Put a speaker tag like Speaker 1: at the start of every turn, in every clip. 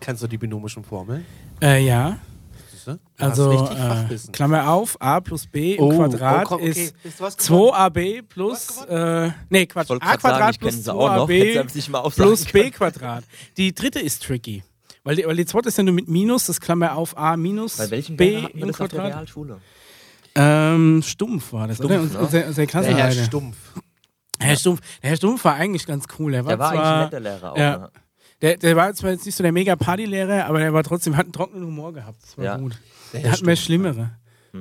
Speaker 1: Kannst du die binomischen Formeln?
Speaker 2: Äh, ja.
Speaker 1: Siehste? Du hast
Speaker 2: Also,
Speaker 1: richtig
Speaker 2: äh,
Speaker 1: Fachwissen.
Speaker 2: Klammer auf, a plus b
Speaker 1: Oh,
Speaker 2: im Quadrat
Speaker 1: oh, komm, okay.
Speaker 2: ist
Speaker 1: Bist du was gewonnen?
Speaker 2: 2ab plus, äh, nee, Quatsch,
Speaker 3: Wollte
Speaker 2: a
Speaker 3: grad sagen,
Speaker 2: Quadrat
Speaker 3: ich kenne
Speaker 2: plus
Speaker 3: sie auch noch. Hätte sie aber
Speaker 2: 2ab
Speaker 3: nicht mal aufsagen
Speaker 2: plus b
Speaker 3: können.
Speaker 2: Quadrat. Die dritte ist tricky. Weil die, weil die zweite ist ja nur mit Minus, das Klammer auf a minus
Speaker 3: Bei welchem
Speaker 2: b
Speaker 3: Lehrer hatten wir
Speaker 2: im
Speaker 3: das auf der
Speaker 2: Quadrat.
Speaker 3: Realschule?
Speaker 2: Ähm, Stumpf war das, oder?
Speaker 3: Stumpf,
Speaker 2: Unser, unser,
Speaker 3: ne?
Speaker 2: unser
Speaker 1: Der Herr
Speaker 2: Klassenleiter.
Speaker 1: Stumpf.
Speaker 2: Herr Stumpf, der Herr Stumpf war eigentlich ganz cool. Der war,
Speaker 3: Der war eigentlich
Speaker 2: zwar,
Speaker 3: ein netter Lehrer auch.
Speaker 2: ja.
Speaker 3: ne?
Speaker 2: Der, der war zwar jetzt nicht so der Mega-Party-Lehrer, aber der war trotzdem, hat einen trockenen Humor gehabt. Das war
Speaker 3: Ja. Mhm.
Speaker 2: gut.
Speaker 1: Der
Speaker 2: Der
Speaker 1: Herr
Speaker 2: hat mehr
Speaker 1: Stumpf.
Speaker 2: Schlimmere.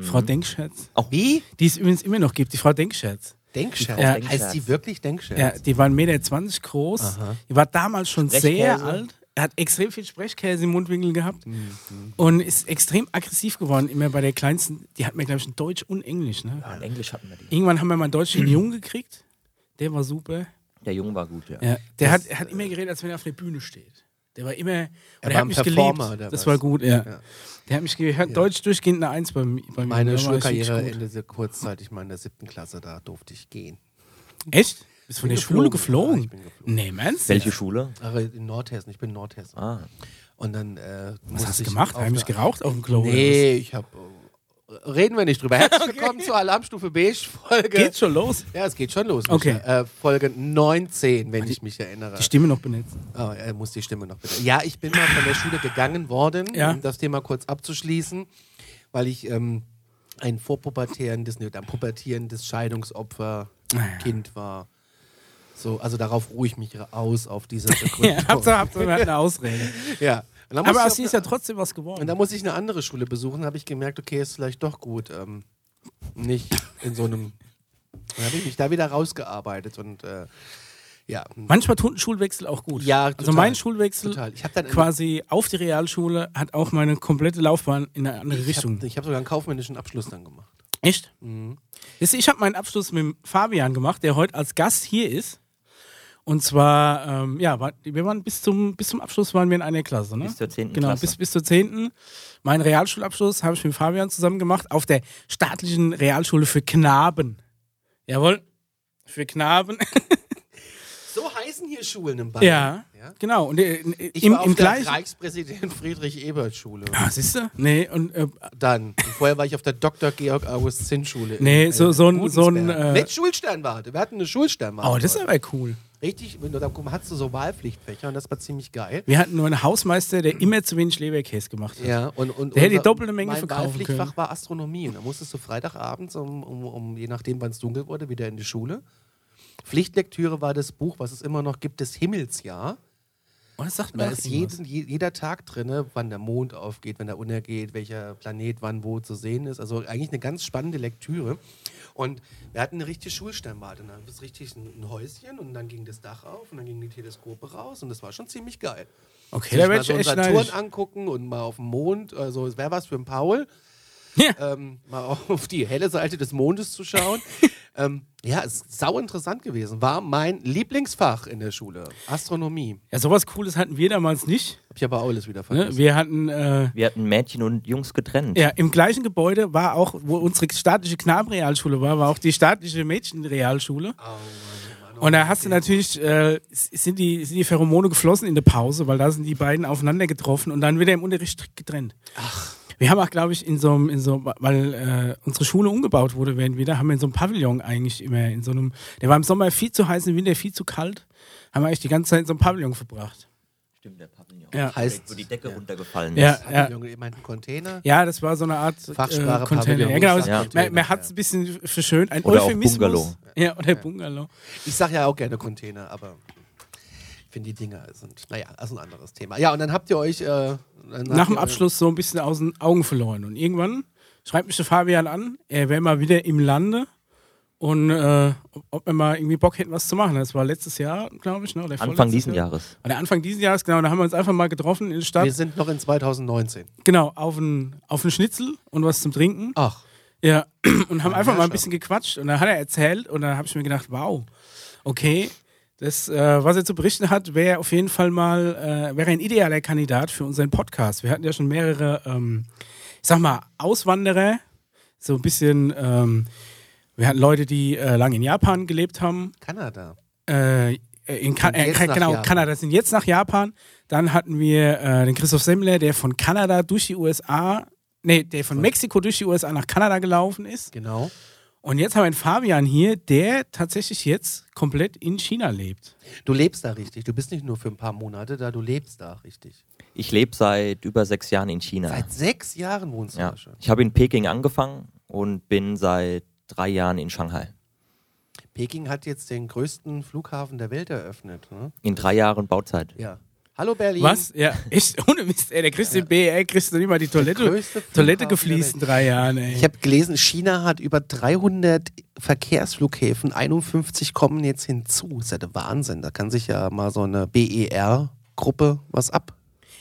Speaker 2: Frau Denkscherz.
Speaker 3: Auch
Speaker 1: Wie?
Speaker 2: Die es übrigens immer noch gibt, die Frau Denkscherz.
Speaker 1: Denkscherz.
Speaker 2: Ja.
Speaker 1: Heißt die wirklich Denkscherz?
Speaker 2: Ja, die war 1,20 Meter groß. Die war damals schon
Speaker 3: Sprechkäse.
Speaker 2: sehr alt. Er hat extrem viel Sprechkäse im Mundwinkel gehabt
Speaker 1: Mhm.
Speaker 2: und ist extrem aggressiv geworden, immer bei der kleinsten. Die hat mir, glaube ich, ein Deutsch und Englisch. Ne?
Speaker 3: in Englisch hatten wir die.
Speaker 2: Irgendwann haben wir mal einen deutschen Jungen gekriegt. Der war super.
Speaker 3: Der Junge war gut, ja.
Speaker 2: Ja, der hat, er hat immer geredet, als wenn er auf der Bühne steht. Der war immer. Und er
Speaker 1: war
Speaker 2: hat
Speaker 1: ein
Speaker 2: mich
Speaker 1: Performer,
Speaker 2: geliebt.
Speaker 1: oder
Speaker 2: Das
Speaker 1: was?
Speaker 2: war gut, ja. Der hat mich ge- hat Deutsch durchgehend eine Eins bei, mi- bei mir.
Speaker 1: Meine
Speaker 2: Da war ich wirklich
Speaker 1: Schulkarriere
Speaker 2: gut.
Speaker 1: endete kurzzeitig mal in der siebten Klasse, da durfte ich gehen.
Speaker 2: Echt? Bist von
Speaker 1: bin
Speaker 2: der Schule
Speaker 1: geflogen.
Speaker 2: geflogen?
Speaker 1: Ja, ich bin geflogen.
Speaker 2: Nee, meinst du?
Speaker 3: Welche Schule?
Speaker 1: Aber in Nordhessen, ich bin Nordhessen.
Speaker 3: Ah.
Speaker 1: Und dann äh,
Speaker 2: Was
Speaker 1: musste
Speaker 2: hast du
Speaker 1: ich
Speaker 2: gemacht?
Speaker 1: auf
Speaker 2: Heimlich
Speaker 1: der-
Speaker 2: geraucht auf dem Klo? oder was?
Speaker 1: Nee, ich habe. Reden wir nicht drüber. Herzlich willkommen zur Alarmstufe B Folge.
Speaker 2: Geht schon los?
Speaker 1: Ja, es geht schon los.
Speaker 2: Okay. Also
Speaker 1: Micha. Äh, Folge 19, wenn ich mich erinnere.
Speaker 2: Die Stimme noch benetzt.
Speaker 1: Oh, er muss die Stimme noch bitte. Ja, ich bin mal von der Schule gegangen worden,
Speaker 2: Ja.
Speaker 1: um das Thema kurz abzuschließen, weil ich ähm, ein vorpubertierendes, nee, ein pubertierendes Scheidungsopfer
Speaker 2: Ah,
Speaker 1: Kind war. So, also darauf ruhe ich mich aus auf diese
Speaker 2: Ja,
Speaker 1: Begründung.
Speaker 2: Hauptsache, Hauptsache, wir hatten eine Ausrede.
Speaker 1: ja. Und dann muss ich
Speaker 2: Aber aus
Speaker 1: auf-
Speaker 2: dir ist ja trotzdem was
Speaker 1: und
Speaker 2: geworden.
Speaker 1: dann muss ich eine andere Schule besuchen, habe ich gemerkt, okay, ist vielleicht doch gut. Ähm, nicht in so einem. Dann habe ich mich da wieder rausgearbeitet und äh, ja.
Speaker 2: Manchmal tut ein Schulwechsel auch gut.
Speaker 1: Ja,
Speaker 2: Also
Speaker 1: total.
Speaker 2: mein Schulwechsel
Speaker 1: Total. Ich habe dann
Speaker 2: quasi auf die Realschule hat auch meine komplette Laufbahn in eine andere
Speaker 1: ich
Speaker 2: Richtung.
Speaker 1: habe hab sogar einen kaufmännischen Abschluss dann gemacht.
Speaker 2: Echt? Wisst ihr, Ich habe meinen Abschluss mit dem Fabian gemacht, der heute als Gast hier ist. Und zwar, ähm, ja, war, wir waren bis zum, bis zum Abschluss waren wir in einer Klasse, ne?
Speaker 3: Bis zur 10.
Speaker 2: Genau,
Speaker 3: Klasse.
Speaker 2: bis, bis zur 10. Mein Realschulabschluss habe ich mit Fabian zusammen gemacht auf der staatlichen Realschule für Knaben. Jawohl, für Knaben.
Speaker 1: So heißen hier Schulen im Bayern.
Speaker 2: ja, genau. Und äh,
Speaker 1: Ich
Speaker 2: im,
Speaker 1: war auf
Speaker 2: im
Speaker 1: der
Speaker 2: gleichen.
Speaker 1: Reichspräsident Friedrich Ebert Schule.
Speaker 2: Ah, siehst du? Nee, und äh,
Speaker 1: Dann. Und vorher war ich auf der Dr. Georg August Zinn Schule. in-
Speaker 2: Nee, so-
Speaker 1: in
Speaker 2: so ein- so ein,
Speaker 1: Gudensberg.
Speaker 2: äh,
Speaker 1: Mit Schulsternwarte. Wir hatten eine Schulsternwarte.
Speaker 2: oh, das ist aber cool.
Speaker 1: Richtig, wenn du da kommst, hast du so Wahlpflichtfächer und das war ziemlich geil.
Speaker 2: Wir hatten nur einen Hausmeister, der immer zu wenig Leberkäse gemacht hat.
Speaker 1: Mhm. Ja, und, und
Speaker 2: Der hätte die
Speaker 1: unser-
Speaker 2: doppelte Menge
Speaker 1: mein
Speaker 2: verkaufen
Speaker 1: Wahlpflichtfach
Speaker 2: können.
Speaker 1: war Astronomie. Und da musstest du Freitagabends, um, um, um, je nachdem, wann es dunkel wurde, wieder in die Schule. Pflichtlektüre war das Buch, was es immer noch gibt, das Himmelsjahr.
Speaker 2: Oh, das sagt
Speaker 1: Da
Speaker 2: mir
Speaker 1: ist
Speaker 2: auch irgendwas.
Speaker 1: jeden, je, jeder Tag drin, wann der Mond aufgeht, wenn er untergeht, welcher Planet wann wo zu sehen ist. Also eigentlich eine ganz spannende Lektüre. Und wir hatten eine richtige Schulsternwarte. Und dann ist richtig ein, ein Häuschen und dann ging das Dach auf und dann gingen die Teleskope raus und das war schon ziemlich geil.
Speaker 2: Okay,
Speaker 1: Sich
Speaker 2: da
Speaker 1: mal
Speaker 2: werd
Speaker 1: so einen
Speaker 2: ich echt
Speaker 1: Saturn
Speaker 2: neidisch.
Speaker 1: angucken und mal auf den Mond. Also es wäre was für den Paul,
Speaker 2: Ja.
Speaker 1: ähm, mal auf die helle Seite des Mondes zu schauen. ähm, ja, ist sau interessant gewesen. War mein Lieblingsfach in der Schule. Astronomie.
Speaker 2: Ja, sowas Cooles hatten wir damals nicht.
Speaker 1: Hab ich aber auch alles wieder vergessen.
Speaker 2: Ne? Wir hatten, äh,
Speaker 3: Wir hatten Mädchen und Jungs getrennt.
Speaker 2: ja, im gleichen Gebäude war auch, wo unsere staatliche Knabenrealschule war, war auch die staatliche Mädchenrealschule. Und da hast du natürlich, äh, s- sind, die, sind die Pheromone geflossen in der Pause, weil da sind die beiden aufeinander getroffen und dann wieder im Unterricht strikt getrennt. Ach. Wir haben auch, glaube ich, in so einem, in so, weil äh, unsere Schule umgebaut wurde, während wir da, haben wir in so einem Pavillon eigentlich immer, in so einem, der war im Sommer viel zu heiß, im Winter viel zu kalt, haben wir eigentlich die ganze Zeit in so einem Pavillon verbracht.
Speaker 3: Stimmt, der Pavillon.
Speaker 2: Ja.
Speaker 1: Heißt-
Speaker 3: Wo die Decke runtergefallen
Speaker 2: Ja,
Speaker 3: ist.
Speaker 2: ja.
Speaker 1: Pavillon, ihr meint halt einen Container?
Speaker 2: Ja, das war so eine Art äh,
Speaker 1: Fachsprache
Speaker 2: Container.
Speaker 1: Pavillon.
Speaker 2: Ja, genau.
Speaker 1: Ja.
Speaker 2: Man, man hat es ein bisschen verschönt. Ein
Speaker 3: Oder auch
Speaker 2: Euphemismus.
Speaker 3: Bungalow.
Speaker 2: Ja, oder Bungalow.
Speaker 1: Ich sage ja auch gerne Container, aber ich finde die Dinger sind, naja, das ist ein anderes Thema. Ja, und dann habt ihr euch äh, dann
Speaker 2: Nach
Speaker 1: habt
Speaker 2: dem
Speaker 1: ihr- äh,
Speaker 2: Abschluss so ein bisschen aus den Augen verloren. Und irgendwann schreibt mich der Fabian an, er wäre mal wieder im Lande und äh, ob- ob wir mal irgendwie Bock hätten, was zu machen. Das war letztes Jahr, glaube ich. Ne? Oder
Speaker 3: Anfang
Speaker 2: vorletztes
Speaker 3: diesen
Speaker 2: Jahr.
Speaker 3: Jahres.
Speaker 2: Oder Anfang dieses Jahres, genau. Da haben wir uns einfach mal getroffen in der Stadt.
Speaker 1: Wir sind noch in 2019.
Speaker 2: genau, auf einen auf einen Schnitzel und was zum Trinken.
Speaker 1: Ach,
Speaker 2: Ja, und haben einfach mal ein
Speaker 1: Herrschaft.
Speaker 2: bisschen gequatscht und dann hat er erzählt und dann habe ich mir gedacht, wow, okay, das, äh, was er zu berichten hat, wäre auf jeden Fall mal, äh, wäre ein idealer Kandidat für unseren Podcast. Wir hatten ja schon mehrere, ähm, ich sag mal, Auswanderer, so ein bisschen, ähm, wir hatten Leute, die äh, lange in Japan gelebt haben,
Speaker 1: Kanada.
Speaker 2: äh, äh, in kan
Speaker 1: Und jetzt
Speaker 2: äh, ka-
Speaker 1: nach
Speaker 2: genau,
Speaker 1: Japan.
Speaker 2: Kanada sind jetzt nach Japan. Dann hatten wir äh, den Christoph Semmler, der von Kanada durch die USA, nee, der von Mexiko durch die USA nach Kanada gelaufen ist.
Speaker 1: Genau.
Speaker 2: Und jetzt haben wir einen Fabian hier, der tatsächlich jetzt komplett in China lebt.
Speaker 1: Du lebst da richtig. Du bist nicht nur für ein paar Monate da, du lebst da richtig.
Speaker 3: Ich lebe seit über sechs Jahren in China.
Speaker 1: Seit sechs Jahren wohnst du
Speaker 3: ja.
Speaker 1: da schon.
Speaker 3: Ich habe in Peking angefangen und bin seit drei Jahren in Shanghai.
Speaker 1: Peking hat jetzt den größten Flughafen der Welt eröffnet. Ne?
Speaker 3: In drei Jahren Bauzeit.
Speaker 1: Ja. Hallo Berlin.
Speaker 2: Was? Ja, echt, ohne Mist, ey, der kriegst du ja. BR, kriegst du nicht mal die Toilette,
Speaker 1: größte Flughafen
Speaker 2: Toilette
Speaker 1: der
Speaker 2: gefließt in
Speaker 1: Welt.
Speaker 2: drei Jahren, ey.
Speaker 1: Ich habe gelesen, China hat über 300 Verkehrsflughäfen, 51 kommen jetzt hinzu. Ist ja der Wahnsinn. Da kann sich ja mal so eine BER-Gruppe was ab.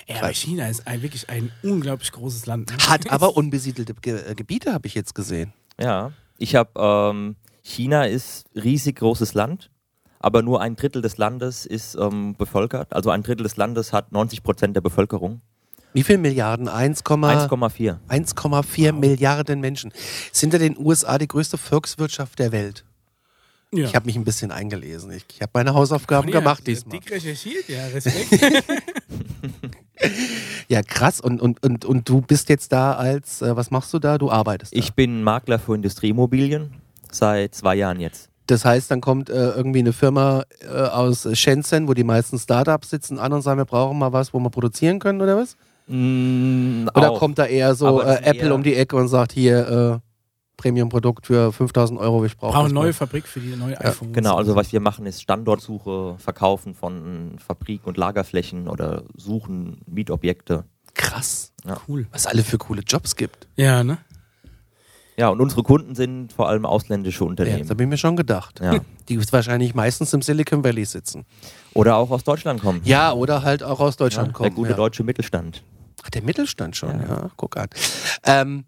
Speaker 2: Ey, aber China ist ein, wirklich ein unglaublich großes Land. ne?
Speaker 1: Hat aber unbesiedelte Ge äh, Gebiete, habe ich jetzt gesehen.
Speaker 3: Ja. Ich habe, ähm, China ist riesig großes Land, aber nur ein Drittel des Landes ist ähm, bevölkert. Also ein Drittel des Landes hat 90 Prozent der Bevölkerung.
Speaker 1: Wie viele Milliarden? 1,4
Speaker 3: 1,4.
Speaker 1: Milliarden Menschen. Sind ja den USA die größte Volkswirtschaft der Welt.
Speaker 2: Ja.
Speaker 1: Ich habe mich ein bisschen eingelesen. Ich, ich habe meine Hausaufgaben
Speaker 2: Ja,
Speaker 1: gemacht diesmal.
Speaker 2: Dick recherchiert, ja, Respekt.
Speaker 1: Ja, krass. Und, und, und, und du bist jetzt da als, äh, was machst du da? Du arbeitest.
Speaker 3: Ich
Speaker 1: da.
Speaker 3: bin Makler für Industrieimmobilien seit zwei Jahren jetzt.
Speaker 1: Das heißt, dann kommt äh, irgendwie eine Firma äh, aus Shenzhen, wo die meisten Startups sitzen, an und sagen, wir brauchen mal was, wo wir produzieren können oder was?
Speaker 3: Mm,
Speaker 1: Oder
Speaker 3: auch.
Speaker 1: kommt da eher so
Speaker 3: Aber
Speaker 1: äh,
Speaker 3: das sind
Speaker 1: Apple
Speaker 3: eher-
Speaker 1: um die Ecke und sagt, hier, äh, Premium-Produkt für 5000 Euro, ich brauche
Speaker 2: Brauchen
Speaker 1: das
Speaker 2: eine neue
Speaker 1: mal.
Speaker 2: Fabrik für die neue iPhone.
Speaker 3: Genau, also was wir machen ist Standortsuche, Verkaufen von Fabrik- und Lagerflächen oder Suchen Mietobjekte.
Speaker 1: Krass,
Speaker 2: Cool.
Speaker 1: was alle für coole Jobs gibt.
Speaker 2: Ja, ne?
Speaker 3: Ja, und unsere Kunden sind vor allem ausländische
Speaker 1: Ja, das
Speaker 3: Unternehmen.
Speaker 1: habe ich mir schon gedacht.
Speaker 3: Ja.
Speaker 1: Die wahrscheinlich meistens im Silicon Valley sitzen.
Speaker 3: Oder auch aus Deutschland kommen.
Speaker 1: Ja, oder halt auch aus Deutschland
Speaker 3: Ja,
Speaker 1: kommen.
Speaker 3: Der gute
Speaker 1: ja.
Speaker 3: deutsche Mittelstand.
Speaker 1: Ach, der Mittelstand schon, ja, guck an. Ähm,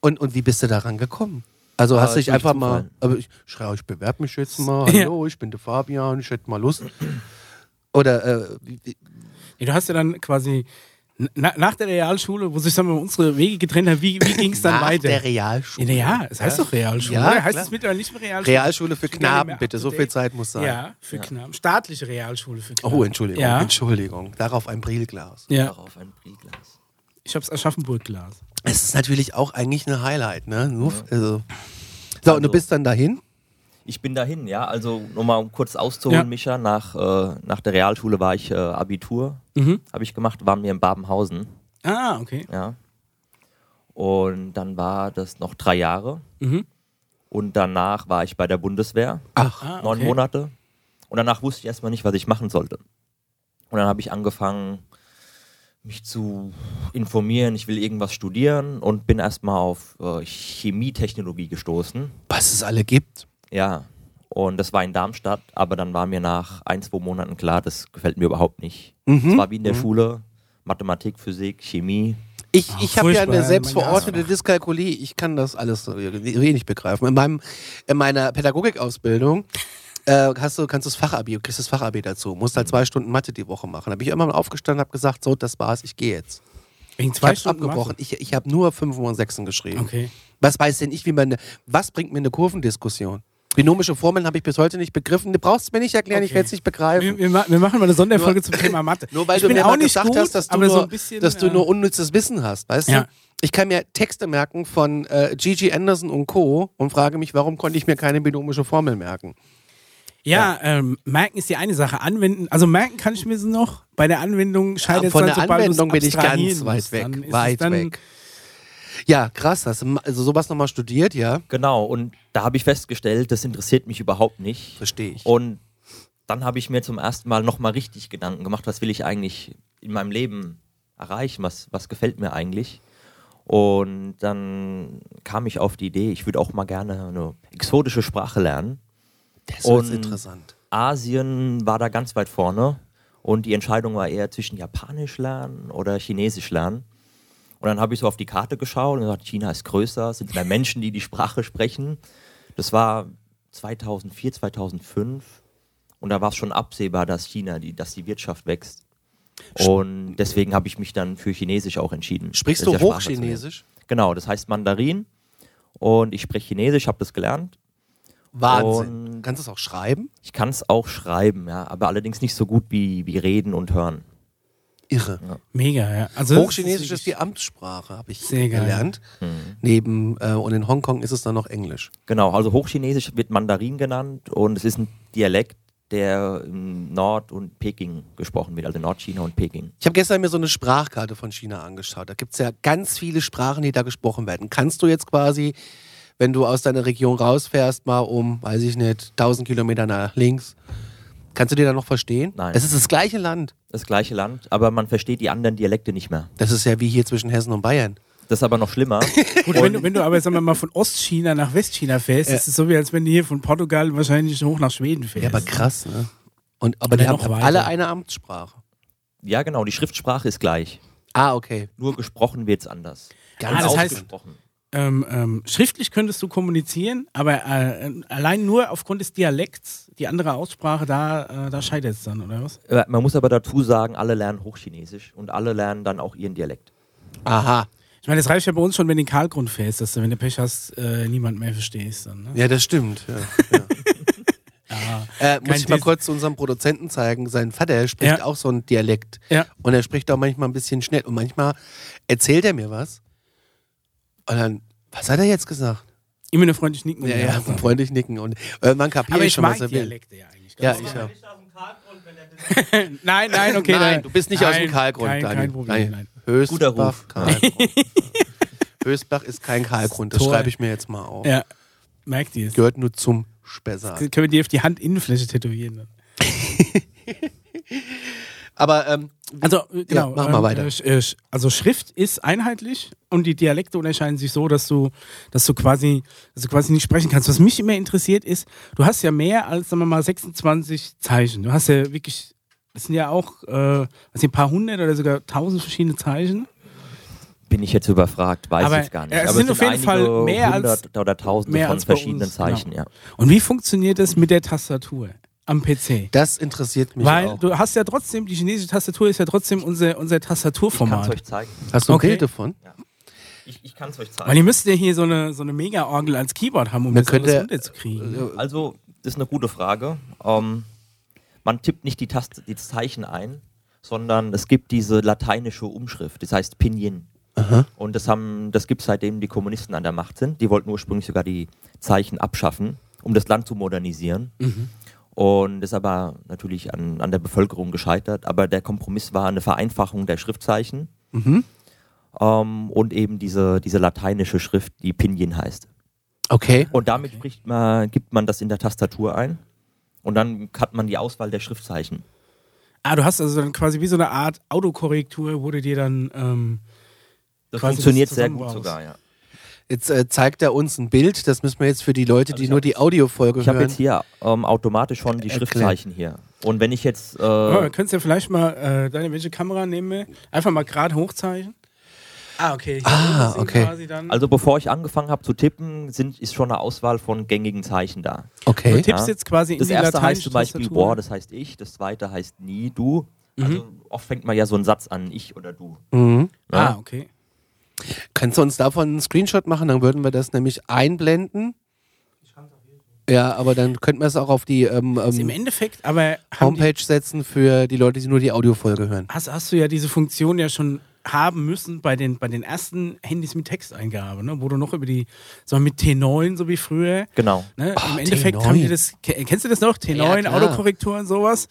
Speaker 1: und, und wie bist du daran gekommen?
Speaker 2: Ah,
Speaker 1: Also hast
Speaker 3: Äh,
Speaker 1: du dich
Speaker 3: durch
Speaker 1: einfach
Speaker 3: Zufall.
Speaker 1: mal, aber ich schreie, ich bewerbe mich jetzt mal,
Speaker 2: Ja.
Speaker 1: hallo, ich bin der Fabian, ich hätte mal Lust. Oder äh, wie- wie-
Speaker 2: Ja, du hast ja dann quasi na, nach der Realschule, wo sich dann unsere Wege getrennt haben, wie, wie ging es dann
Speaker 1: nach
Speaker 2: weiter?
Speaker 1: der
Speaker 2: ja,
Speaker 1: Realschule.
Speaker 2: na ja, es heißt doch Realschule.
Speaker 1: Ja,
Speaker 2: oder? heißt
Speaker 1: klar.
Speaker 2: es mittlerweile nicht mehr Realschule?
Speaker 1: Realschule für
Speaker 2: Ich bin gar nicht
Speaker 1: Knaben,
Speaker 2: mehr
Speaker 1: bitte, so
Speaker 2: up to
Speaker 1: viel
Speaker 2: date.
Speaker 1: Zeit muss sein.
Speaker 2: Ja, für Knaben. Staatliche Realschule für Knaben.
Speaker 1: Oh, Entschuldigung,
Speaker 2: Ja.
Speaker 1: Entschuldigung. Darauf ein Brillglas.
Speaker 2: Ja,
Speaker 3: Darauf ein Briefglas.
Speaker 2: ich hab's Aschaffenburg-Glas.
Speaker 1: Es ist natürlich auch eigentlich ein Highlight, ne? Nur, also. So, und du bist dann dahin?
Speaker 3: Ich bin dahin, ja. Also nochmal um kurz auszuholen,
Speaker 2: Ja.
Speaker 3: Micha, nach, äh, nach der Realschule war ich äh, Abitur,
Speaker 2: Mhm.
Speaker 3: habe ich gemacht, waren wir in Babenhausen,
Speaker 2: Ah, okay.
Speaker 3: ja. Und dann war das noch drei Jahre.
Speaker 2: Mhm.
Speaker 3: Und danach war ich bei der Bundeswehr.
Speaker 1: Ach,
Speaker 2: Ah, okay.
Speaker 3: neun Monate. Und danach wusste ich erstmal nicht, was ich machen sollte. Und dann habe ich angefangen, mich zu informieren. Ich will irgendwas studieren und bin erstmal auf äh, Chemietechnologie gestoßen.
Speaker 1: was es alle gibt.
Speaker 3: Ja. Und das war in Darmstadt, aber dann war mir nach ein, zwei Monaten klar, das gefällt mir überhaupt nicht. Es
Speaker 1: Mhm.
Speaker 3: war wie in der Schule: Mathematik, Physik, Chemie.
Speaker 1: Ich,
Speaker 2: Ach,
Speaker 1: ich habe ja
Speaker 2: Ah, furchtbar,
Speaker 1: eine
Speaker 2: ja,
Speaker 1: selbstverordnete Dyskalkulie. Ich kann das alles so wenig begreifen. In, meinem, in meiner Pädagogikausbildung äh, hast du, kannst du das Fachabi, du kriegst das Fachabi dazu. Musst
Speaker 2: Hm.
Speaker 1: halt zwei Stunden Mathe die Woche machen. Da bin ich immer mal aufgestanden und habe gesagt, so, das war's, ich gehe jetzt.
Speaker 2: Wegen
Speaker 1: Ich
Speaker 2: zwei
Speaker 1: habe
Speaker 2: Stunden
Speaker 1: abgebrochen. Ich, ich habe nur Fünfen und Sechsen geschrieben.
Speaker 2: Okay.
Speaker 1: Was weiß denn ich, wie man, was bringt mir eine Kurvendiskussion? Binomische Formeln habe ich bis heute nicht begriffen. Du brauchst es mir nicht erklären, ich
Speaker 2: Okay.
Speaker 1: werde es nicht begreifen.
Speaker 2: Wir, wir, ma- wir machen mal eine Sonderfolge zum Thema Mathe.
Speaker 1: Also. Nur weil
Speaker 2: ich
Speaker 1: du
Speaker 2: bin
Speaker 1: mir
Speaker 2: auch
Speaker 1: mal
Speaker 2: nicht
Speaker 1: gesagt
Speaker 2: gut,
Speaker 1: hast, dass du,
Speaker 2: aber
Speaker 1: nur,
Speaker 2: so ein bisschen,
Speaker 1: dass du
Speaker 2: äh,
Speaker 1: nur unnützes Wissen hast, weißt
Speaker 2: Ja.
Speaker 1: du? Ich kann mir Texte merken von äh, Gigi Anderson und Co. und frage mich, warum konnte ich mir keine binomische Formel merken?
Speaker 2: Ja, Ähm, merken ist die eine Sache. Anwenden, also merken kann ich mir so noch. Bei der Anwendung scheidet es
Speaker 1: von
Speaker 2: dann,
Speaker 1: der
Speaker 2: sobald du's
Speaker 1: Anwendung bin ich ganz
Speaker 2: abstrahieren
Speaker 1: weit
Speaker 2: musst. Dann ist
Speaker 1: weg.
Speaker 2: es
Speaker 1: Weit
Speaker 2: dann,
Speaker 1: weg. Ja, krass, hast du ma- also sowas nochmal studiert, ja?
Speaker 3: Genau, und da habe ich festgestellt, das interessiert mich überhaupt nicht.
Speaker 1: Verstehe ich.
Speaker 3: Und dann habe ich mir zum ersten Mal nochmal richtig Gedanken gemacht, was will ich eigentlich in meinem Leben erreichen, was, was gefällt mir eigentlich. Und dann kam ich auf die Idee, ich würde auch mal gerne eine exotische Sprache lernen.
Speaker 1: Das
Speaker 3: und-
Speaker 1: ist interessant.
Speaker 3: Asien war da ganz weit vorne und die Entscheidung war eher zwischen Japanisch lernen oder Chinesisch lernen. Und dann habe ich so auf die Karte geschaut und gesagt, China ist größer, es sind mehr Menschen, die die Sprache sprechen. Das war 2004, 2005 und da war es schon absehbar, dass China, die, dass die Wirtschaft wächst. Und deswegen habe ich mich dann für Chinesisch auch entschieden.
Speaker 1: Sprichst
Speaker 3: dieser
Speaker 1: du
Speaker 3: Sprache zu lernen.
Speaker 1: Hochchinesisch?
Speaker 3: Genau, das heißt Mandarin und ich spreche Chinesisch, habe das gelernt
Speaker 1: Wahnsinn.
Speaker 3: Und-
Speaker 1: Kannst du es auch schreiben?
Speaker 3: Ich kann es auch schreiben, ja, aber allerdings nicht so gut wie, wie reden und hören.
Speaker 1: Irre.
Speaker 2: Mega, ja. Also das
Speaker 1: Hochchinesisch ist die Amtssprache, habe ich
Speaker 2: Sehr geil.
Speaker 1: gelernt. Neben, äh, und in Hongkong ist es dann noch Englisch.
Speaker 3: Genau, also Hochchinesisch wird Mandarin genannt und es ist ein Dialekt, der in Nord- und Peking gesprochen wird, also Nordchina und Peking.
Speaker 1: Ich habe gestern mir so eine Sprachkarte von China angeschaut. Da gibt es ja ganz viele Sprachen, die da gesprochen werden. Kannst du jetzt quasi, wenn du aus deiner Region rausfährst, mal um, weiß ich nicht, 1000 Kilometer nach links, kannst du dir da noch verstehen?
Speaker 3: Nein.
Speaker 1: Das ist das gleiche Land.
Speaker 3: Das gleiche Land, aber man versteht die anderen Dialekte nicht mehr.
Speaker 1: Das ist ja wie hier zwischen Hessen und Bayern.
Speaker 3: Das ist aber noch schlimmer.
Speaker 2: Gut, wenn du, wenn du aber sagen wir mal von Ostchina nach Westchina fährst, ist es so wie als wenn du hier von Portugal wahrscheinlich hoch nach Schweden fährst.
Speaker 1: Ja, aber krass, ne? Und, aber
Speaker 2: Und
Speaker 1: die
Speaker 2: dann
Speaker 1: haben
Speaker 2: noch weiter.
Speaker 1: alle eine Amtssprache.
Speaker 3: ja, genau, die Schriftsprache ist gleich.
Speaker 1: Ah, okay.
Speaker 3: Nur gesprochen wird es anders.
Speaker 1: Ganz
Speaker 2: Ah, das heißt-
Speaker 3: ausgesprochen.
Speaker 2: ähm, ähm, schriftlich könntest du kommunizieren, aber äh, allein nur aufgrund des Dialekts, die andere Aussprache, da, äh, da scheitert es dann, oder was?
Speaker 3: Äh, Man muss aber dazu sagen, alle lernen Hochchinesisch und alle lernen dann auch ihren Dialekt.
Speaker 1: aha.
Speaker 2: Ich meine, das reicht ja bei uns schon, wenn du in den Karlgrund fährst, dass du, wenn du Pech hast, äh, niemand mehr verstehst. Dann, ne?
Speaker 1: Ja, das stimmt. Ja, ja. äh, muss
Speaker 2: kein
Speaker 1: ich mal
Speaker 2: Dis-
Speaker 1: kurz zu unserem Produzenten zeigen. Sein Vater spricht
Speaker 2: Ja.
Speaker 1: auch so einen Dialekt.
Speaker 2: Ja.
Speaker 1: Und er spricht auch manchmal ein bisschen schnell. Und manchmal erzählt er mir was. Und dann, was hat er jetzt gesagt?
Speaker 2: Immer eine freundlich nicken.
Speaker 1: Ja,
Speaker 2: und
Speaker 1: ja,
Speaker 2: sagen.
Speaker 1: freundlich nicken. Und äh, irgendwann kapiere
Speaker 2: Aber
Speaker 1: ich
Speaker 2: ich
Speaker 1: schon, was
Speaker 2: mag
Speaker 1: er will.
Speaker 2: Dialekte ja eigentlich.
Speaker 1: Ja,
Speaker 2: ganz
Speaker 1: ich
Speaker 2: gerne.
Speaker 1: auch.
Speaker 2: Nein, nein, okay.
Speaker 1: nein, du bist nicht aus
Speaker 2: Nein,
Speaker 1: dem Kahlgrund,
Speaker 2: Kein,
Speaker 1: Daniel.
Speaker 2: kein Problem. Nein.
Speaker 1: Höchstbach,
Speaker 3: Guter Ruf.
Speaker 1: Kahlgrund. Höchstbach ist kein Kahlgrund. Das
Speaker 2: Toll.
Speaker 1: schreibe ich mir jetzt mal auf.
Speaker 2: Ja, merkt ihr es.
Speaker 1: Gehört nur zum Spessart.
Speaker 2: Können wir dir auf die Handinnenfläche tätowieren. Dann.
Speaker 1: Aber ähm,
Speaker 2: Also, äh, genau.
Speaker 1: mach mal weiter.
Speaker 2: äh, sch- äh, sch- Also, Schrift ist einheitlich und die Dialekte unterscheiden sich so, dass du, dass du, quasi, dass du quasi nicht sprechen kannst. Was mich immer interessiert ist, du hast ja mehr als, sagen wir mal, 26 Zeichen. Du hast ja wirklich, das sind ja auch äh, was sind ein paar hundert oder sogar tausend verschiedene Zeichen.
Speaker 3: Bin ich jetzt überfragt, weiß
Speaker 2: Aber,
Speaker 3: ich gar nicht.
Speaker 2: äh, es sind auf jeden Fall
Speaker 3: einige
Speaker 2: mehr als-
Speaker 3: hundert oder tausende
Speaker 2: mehr
Speaker 3: von
Speaker 2: als bei
Speaker 3: verschiedenen
Speaker 2: uns,
Speaker 3: Zeichen,
Speaker 2: genau.
Speaker 3: ja.
Speaker 2: Und wie funktioniert das mit der Tastatur am PC?
Speaker 1: das interessiert mich
Speaker 2: Weil
Speaker 1: auch.
Speaker 2: du hast ja trotzdem, die chinesische Tastatur ist ja trotzdem unser, unser
Speaker 3: Ich kann es
Speaker 2: Tastaturformat.
Speaker 3: euch zeigen.
Speaker 1: Hast du ein
Speaker 2: Okay.
Speaker 1: Bild davon?
Speaker 3: Ich, ich kann es euch
Speaker 2: Weil
Speaker 3: zeigen.
Speaker 2: ihr müsst ja hier so eine, so eine Mega-Orgel als Keyboard haben, um
Speaker 1: Man
Speaker 2: das alles
Speaker 1: könnte-
Speaker 2: runterzukriegen.
Speaker 3: Also, das ist eine gute Frage. Ähm, man tippt nicht die Taste, die Zeichen ein, sondern es gibt diese lateinische Umschrift, das heißt Pinyin. Und das, haben- das gibt es seitdem die Kommunisten an der Macht sind. Die wollten ursprünglich sogar die Zeichen abschaffen, um das Land zu modernisieren. Und ist aber natürlich an, an der Bevölkerung gescheitert. Aber der Kompromiss war eine Vereinfachung der Schriftzeichen ähm, und eben diese, diese lateinische Schrift, die Pinyin heißt.
Speaker 1: Okay.
Speaker 3: Und damit spricht man, gibt man das in der Tastatur ein und dann hat man die Auswahl der Schriftzeichen.
Speaker 2: Ah, du hast also dann quasi wie so eine Art Autokorrektur, wurde dir dann. Ähm,
Speaker 3: Das
Speaker 2: Quasi
Speaker 3: funktioniert
Speaker 2: das
Speaker 3: sehr gut
Speaker 2: zusammenbaust.
Speaker 3: sogar, ja.
Speaker 1: Jetzt äh, zeigt er uns ein Bild. Das müssen wir jetzt für die Leute,
Speaker 2: Also
Speaker 1: die nur die Audiofolge
Speaker 3: Ich habe
Speaker 1: hören.
Speaker 3: jetzt hier ähm, automatisch schon die
Speaker 1: Erklären.
Speaker 3: Schriftzeichen hier. Und wenn ich jetzt, äh,
Speaker 2: oh, wir könntest ja vielleicht mal, äh, Daniel, welche Kamera nehmen wir? Einfach mal gerade hochzeichnen. Ah, okay. Hier
Speaker 1: Ah,
Speaker 2: sind
Speaker 1: okay.
Speaker 2: Quasi dann, also,
Speaker 3: also bevor ich angefangen habe zu tippen, sind, ist schon eine Auswahl von gängigen Zeichen da.
Speaker 1: okay.
Speaker 2: tippst jetzt quasi in
Speaker 3: Das
Speaker 2: die
Speaker 3: erste heißt
Speaker 2: lateinische
Speaker 3: zum Beispiel
Speaker 2: Tastatur. ne? Mhm.
Speaker 3: Boah, das heißt ich. Das zweite heißt nie, du. Also oft fängt man ja so einen Satz an, ich oder du. Ne?
Speaker 2: Ah, okay.
Speaker 1: Kannst du uns davon einen Screenshot machen? Dann würden wir das nämlich einblenden. Ja, aber dann könnten wir es auch auf die ähm,
Speaker 2: Ist Im
Speaker 1: ähm,
Speaker 2: Endeffekt, aber haben die,
Speaker 1: Homepage setzen für die Leute, die nur die Audiofolge hören.
Speaker 2: hast, hast du ja diese Funktion ja schon haben müssen bei den, bei den ersten Handys mit Texteingabe, ne? wo du noch über die, so mit T9, so wie früher,
Speaker 3: Genau.
Speaker 2: Ne?
Speaker 1: Ah,
Speaker 2: Im Endeffekt haben
Speaker 1: T9.
Speaker 2: die das, ke- kennst du das noch? T9,
Speaker 1: klar.
Speaker 2: Autokorrektur und sowas.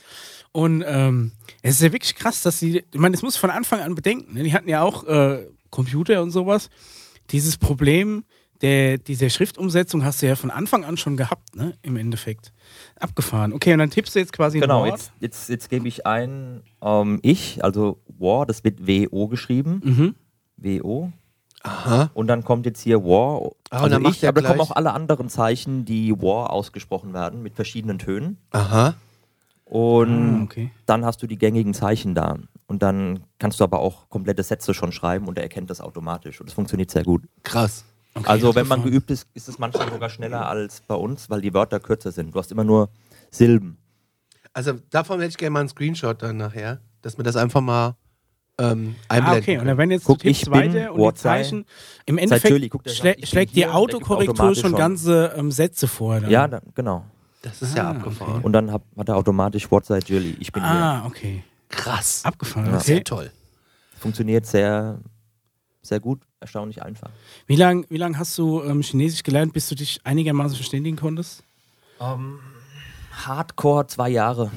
Speaker 2: Und ähm, es ist ja wirklich krass, dass die, ich meine, das muss von Anfang an bedenken. Ne? Die hatten ja auch äh, Computer und sowas. Dieses Problem der, dieser Schriftumsetzung hast du ja von Anfang an schon gehabt, ne? Im Endeffekt. Abgefahren. Okay, und dann tippst du jetzt quasi
Speaker 3: Genau,
Speaker 2: ein Wort.
Speaker 3: jetzt, jetzt, jetzt gebe ich ein ähm, Ich, also War, das wird W-O geschrieben. W-O.
Speaker 1: Mhm. Aha.
Speaker 3: Und dann kommt jetzt hier
Speaker 1: Ah,
Speaker 3: War.
Speaker 1: und
Speaker 3: also
Speaker 1: dann macht
Speaker 3: ich,
Speaker 1: er
Speaker 3: aber da kommen
Speaker 1: gleich-
Speaker 3: auch alle anderen Zeichen, die War ausgesprochen werden, mit verschiedenen Tönen.
Speaker 1: Aha.
Speaker 3: Und
Speaker 2: Ah, okay.
Speaker 3: dann hast du die gängigen Zeichen da. Und dann kannst du aber auch komplette Sätze schon schreiben und er erkennt das automatisch. Und das funktioniert sehr gut.
Speaker 1: Krass.
Speaker 2: okay.
Speaker 3: also, wenn man
Speaker 2: abgefahren.
Speaker 3: geübt ist, ist es manchmal sogar schneller als bei uns, weil die Wörter kürzer sind. Du hast immer nur Silben.
Speaker 1: Also davon hätte ich gerne mal einen Screenshot dann nachher, dass wir das einfach mal ähm,
Speaker 2: Ah,
Speaker 1: einblenden
Speaker 2: okay. Und
Speaker 1: können.
Speaker 2: dann werden jetzt
Speaker 3: Guck,
Speaker 2: Tipp
Speaker 3: ich
Speaker 2: 2
Speaker 3: bin
Speaker 2: der und die
Speaker 3: Wortei.
Speaker 2: Zeichen. Im
Speaker 3: Jolly,
Speaker 2: Endeffekt
Speaker 3: guck, der
Speaker 2: schlä-
Speaker 3: sagt, ich bin
Speaker 2: schlägt die
Speaker 3: hier und der gibt
Speaker 2: Autokorrektur
Speaker 3: automatisch
Speaker 2: schon
Speaker 3: schon.
Speaker 2: ganze ähm, Sätze vor. Dann.
Speaker 3: Ja, dann, genau.
Speaker 1: Das ist ja abgefahren.
Speaker 3: Und dann hab, hat er automatisch WhatsApp Jilly. Ich bin
Speaker 2: Ah, okay.
Speaker 1: Krass.
Speaker 2: Abgefahren.
Speaker 1: Sehr
Speaker 2: Okay.
Speaker 1: toll.
Speaker 3: hier. Funktioniert sehr, sehr gut, erstaunlich einfach.
Speaker 2: Wie lange wie lang hast du ähm, Chinesisch gelernt, bis du dich einigermaßen verständigen konntest?
Speaker 3: Hardcore zwei Jahre.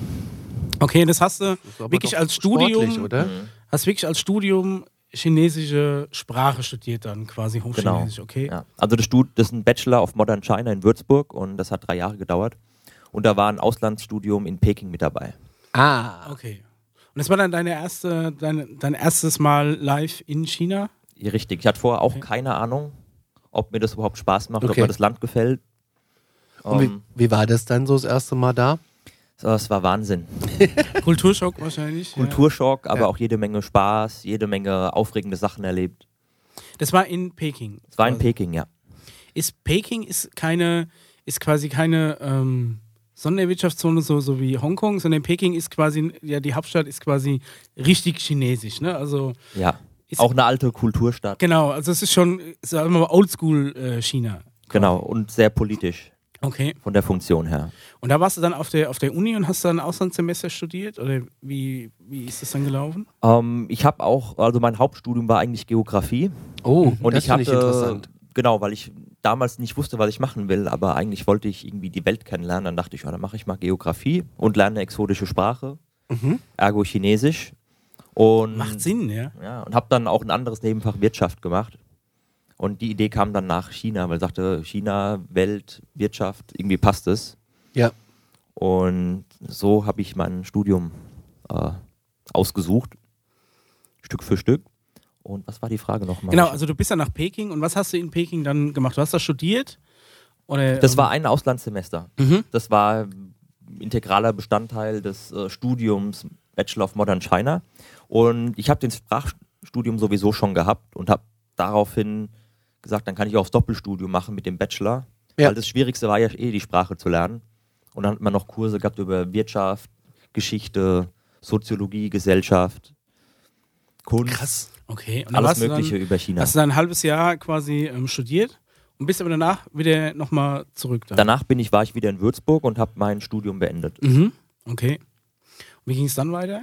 Speaker 2: Okay, das hast du
Speaker 1: Ist aber
Speaker 2: wirklich
Speaker 1: doch
Speaker 2: als
Speaker 1: sportlich,
Speaker 2: Studium,
Speaker 1: oder?
Speaker 2: hast wirklich als Studium chinesische Sprache studiert dann quasi Hochchinesisch, okay?
Speaker 3: Ja. Also das, Stud das ist ein Bachelor of Modern China in Würzburg und das hat drei Jahre gedauert. Und da war ein Auslandsstudium in Peking mit dabei.
Speaker 1: Ah.
Speaker 2: Okay. Und das war dann deine erste, dein, dein erstes Mal live in China?
Speaker 3: Ja, Richtig. Ich hatte vorher auch keine Ahnung, ob mir das überhaupt Spaß macht, ob
Speaker 1: Okay.
Speaker 3: mir das Land gefällt.
Speaker 1: Und wie,
Speaker 3: Ähm,
Speaker 1: wie war das dann so das erste Mal da?
Speaker 3: so, es war Wahnsinn.
Speaker 2: Kulturschock wahrscheinlich.
Speaker 3: Kulturschock, aber
Speaker 1: Ja.
Speaker 3: auch jede Menge Spaß, jede Menge aufregende Sachen erlebt.
Speaker 2: Ja. Das war in Peking.
Speaker 3: Es war in
Speaker 2: quasi.
Speaker 3: Peking, ja.
Speaker 2: Ist Peking ist keine, ist quasi keine ähm, Sonderwirtschaftszone so, so wie Hongkong, sondern Peking ist quasi, ja, die Hauptstadt ist quasi richtig chinesisch, ne? Also
Speaker 3: Ja.
Speaker 2: Ist-
Speaker 3: auch eine alte Kulturstadt.
Speaker 2: genau, also es ist schon, sagen wir mal, Oldschool äh, China.
Speaker 3: Genau. Und sehr politisch
Speaker 2: Okay.
Speaker 3: von der Funktion her.
Speaker 2: Und da warst du dann auf der auf der Uni und hast dann Auslandssemester studiert oder wie, wie ist das dann gelaufen?
Speaker 3: Ähm, ich habe auch, also mein Hauptstudium war eigentlich Geografie.
Speaker 1: Oh,
Speaker 3: Und
Speaker 1: das
Speaker 3: ich
Speaker 1: finde
Speaker 3: hatte,
Speaker 1: ich interessant.
Speaker 3: genau, weil ich damals nicht wusste, was ich machen will, aber eigentlich wollte ich irgendwie die Welt kennenlernen. Dann dachte ich, ja, dann mache ich mal Geografie und lerne eine exotische Sprache,
Speaker 1: Mhm.
Speaker 3: ergo Chinesisch. Und,
Speaker 2: Macht Sinn, ja.
Speaker 3: Ja, und habe dann auch ein anderes Nebenfach Wirtschaft gemacht. Und die Idee kam dann nach China, weil ich dachte, China, Welt, Wirtschaft, irgendwie passt es.
Speaker 1: Ja.
Speaker 3: Und so habe ich mein Studium äh, ausgesucht, Stück für Stück. Und was war die Frage nochmal?
Speaker 2: Genau, also du bist dann nach Peking und was hast du in Peking dann gemacht? Du hast das studiert? Oder,
Speaker 3: Das
Speaker 2: ähm,
Speaker 3: war ein Auslandssemester. Das war integraler Bestandteil des äh, Studiums Bachelor of Modern China. Und ich habe den Sprachstudium sowieso schon gehabt und habe daraufhin gesagt, dann kann ich auch das Doppelstudium machen mit dem Bachelor.
Speaker 1: Ja.
Speaker 3: Weil das Schwierigste war ja eh, die Sprache zu lernen. Und dann hat man noch Kurse gehabt über Wirtschaft, Geschichte, Soziologie, Gesellschaft, Kunst,
Speaker 2: Okay, und dann
Speaker 3: alles
Speaker 2: warst du dann-
Speaker 3: Mögliche über China.
Speaker 2: Hast du dann ein halbes Jahr quasi ähm, studiert und bist aber danach wieder nochmal zurück da.
Speaker 3: Danach bin ich, war ich wieder in Würzburg und habe mein Studium beendet.
Speaker 2: Mhm. Okay. Und wie ging es dann weiter?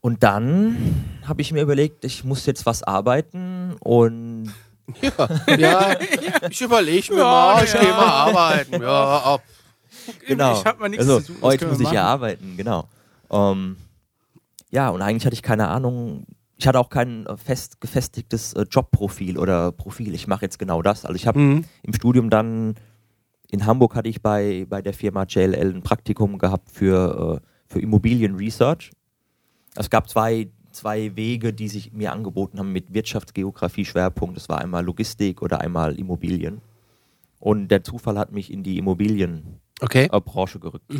Speaker 3: Und dann habe ich mir überlegt, ich muss jetzt was arbeiten und
Speaker 1: Ja, ja ich überlege mir mal, ich gehe mal arbeiten. Ja, ab.
Speaker 3: genau.
Speaker 2: Ich hab mal nichts
Speaker 3: also,
Speaker 2: zu tun,
Speaker 3: Oh,
Speaker 2: was
Speaker 3: jetzt
Speaker 2: können
Speaker 3: muss
Speaker 2: wir
Speaker 3: ich ja
Speaker 2: machen?
Speaker 3: arbeiten, genau. Ähm, ja, und eigentlich hatte ich keine Ahnung. Ich hatte auch kein äh, fest gefestigtes äh, Jobprofil oder Profil. Ich mache jetzt genau das. Also ich habe
Speaker 2: Mhm.
Speaker 3: im Studium dann in Hamburg hatte ich bei, bei der Firma JLL ein Praktikum gehabt für, äh, für Immobilien Research. Es gab zwei, zwei Wege, die sich mir angeboten haben mit Wirtschaftsgeografie-Schwerpunkt. Das war einmal Logistik oder einmal Immobilien. Und der Zufall hat mich in die Immobilienbranche
Speaker 1: Okay.
Speaker 3: äh, gerückt.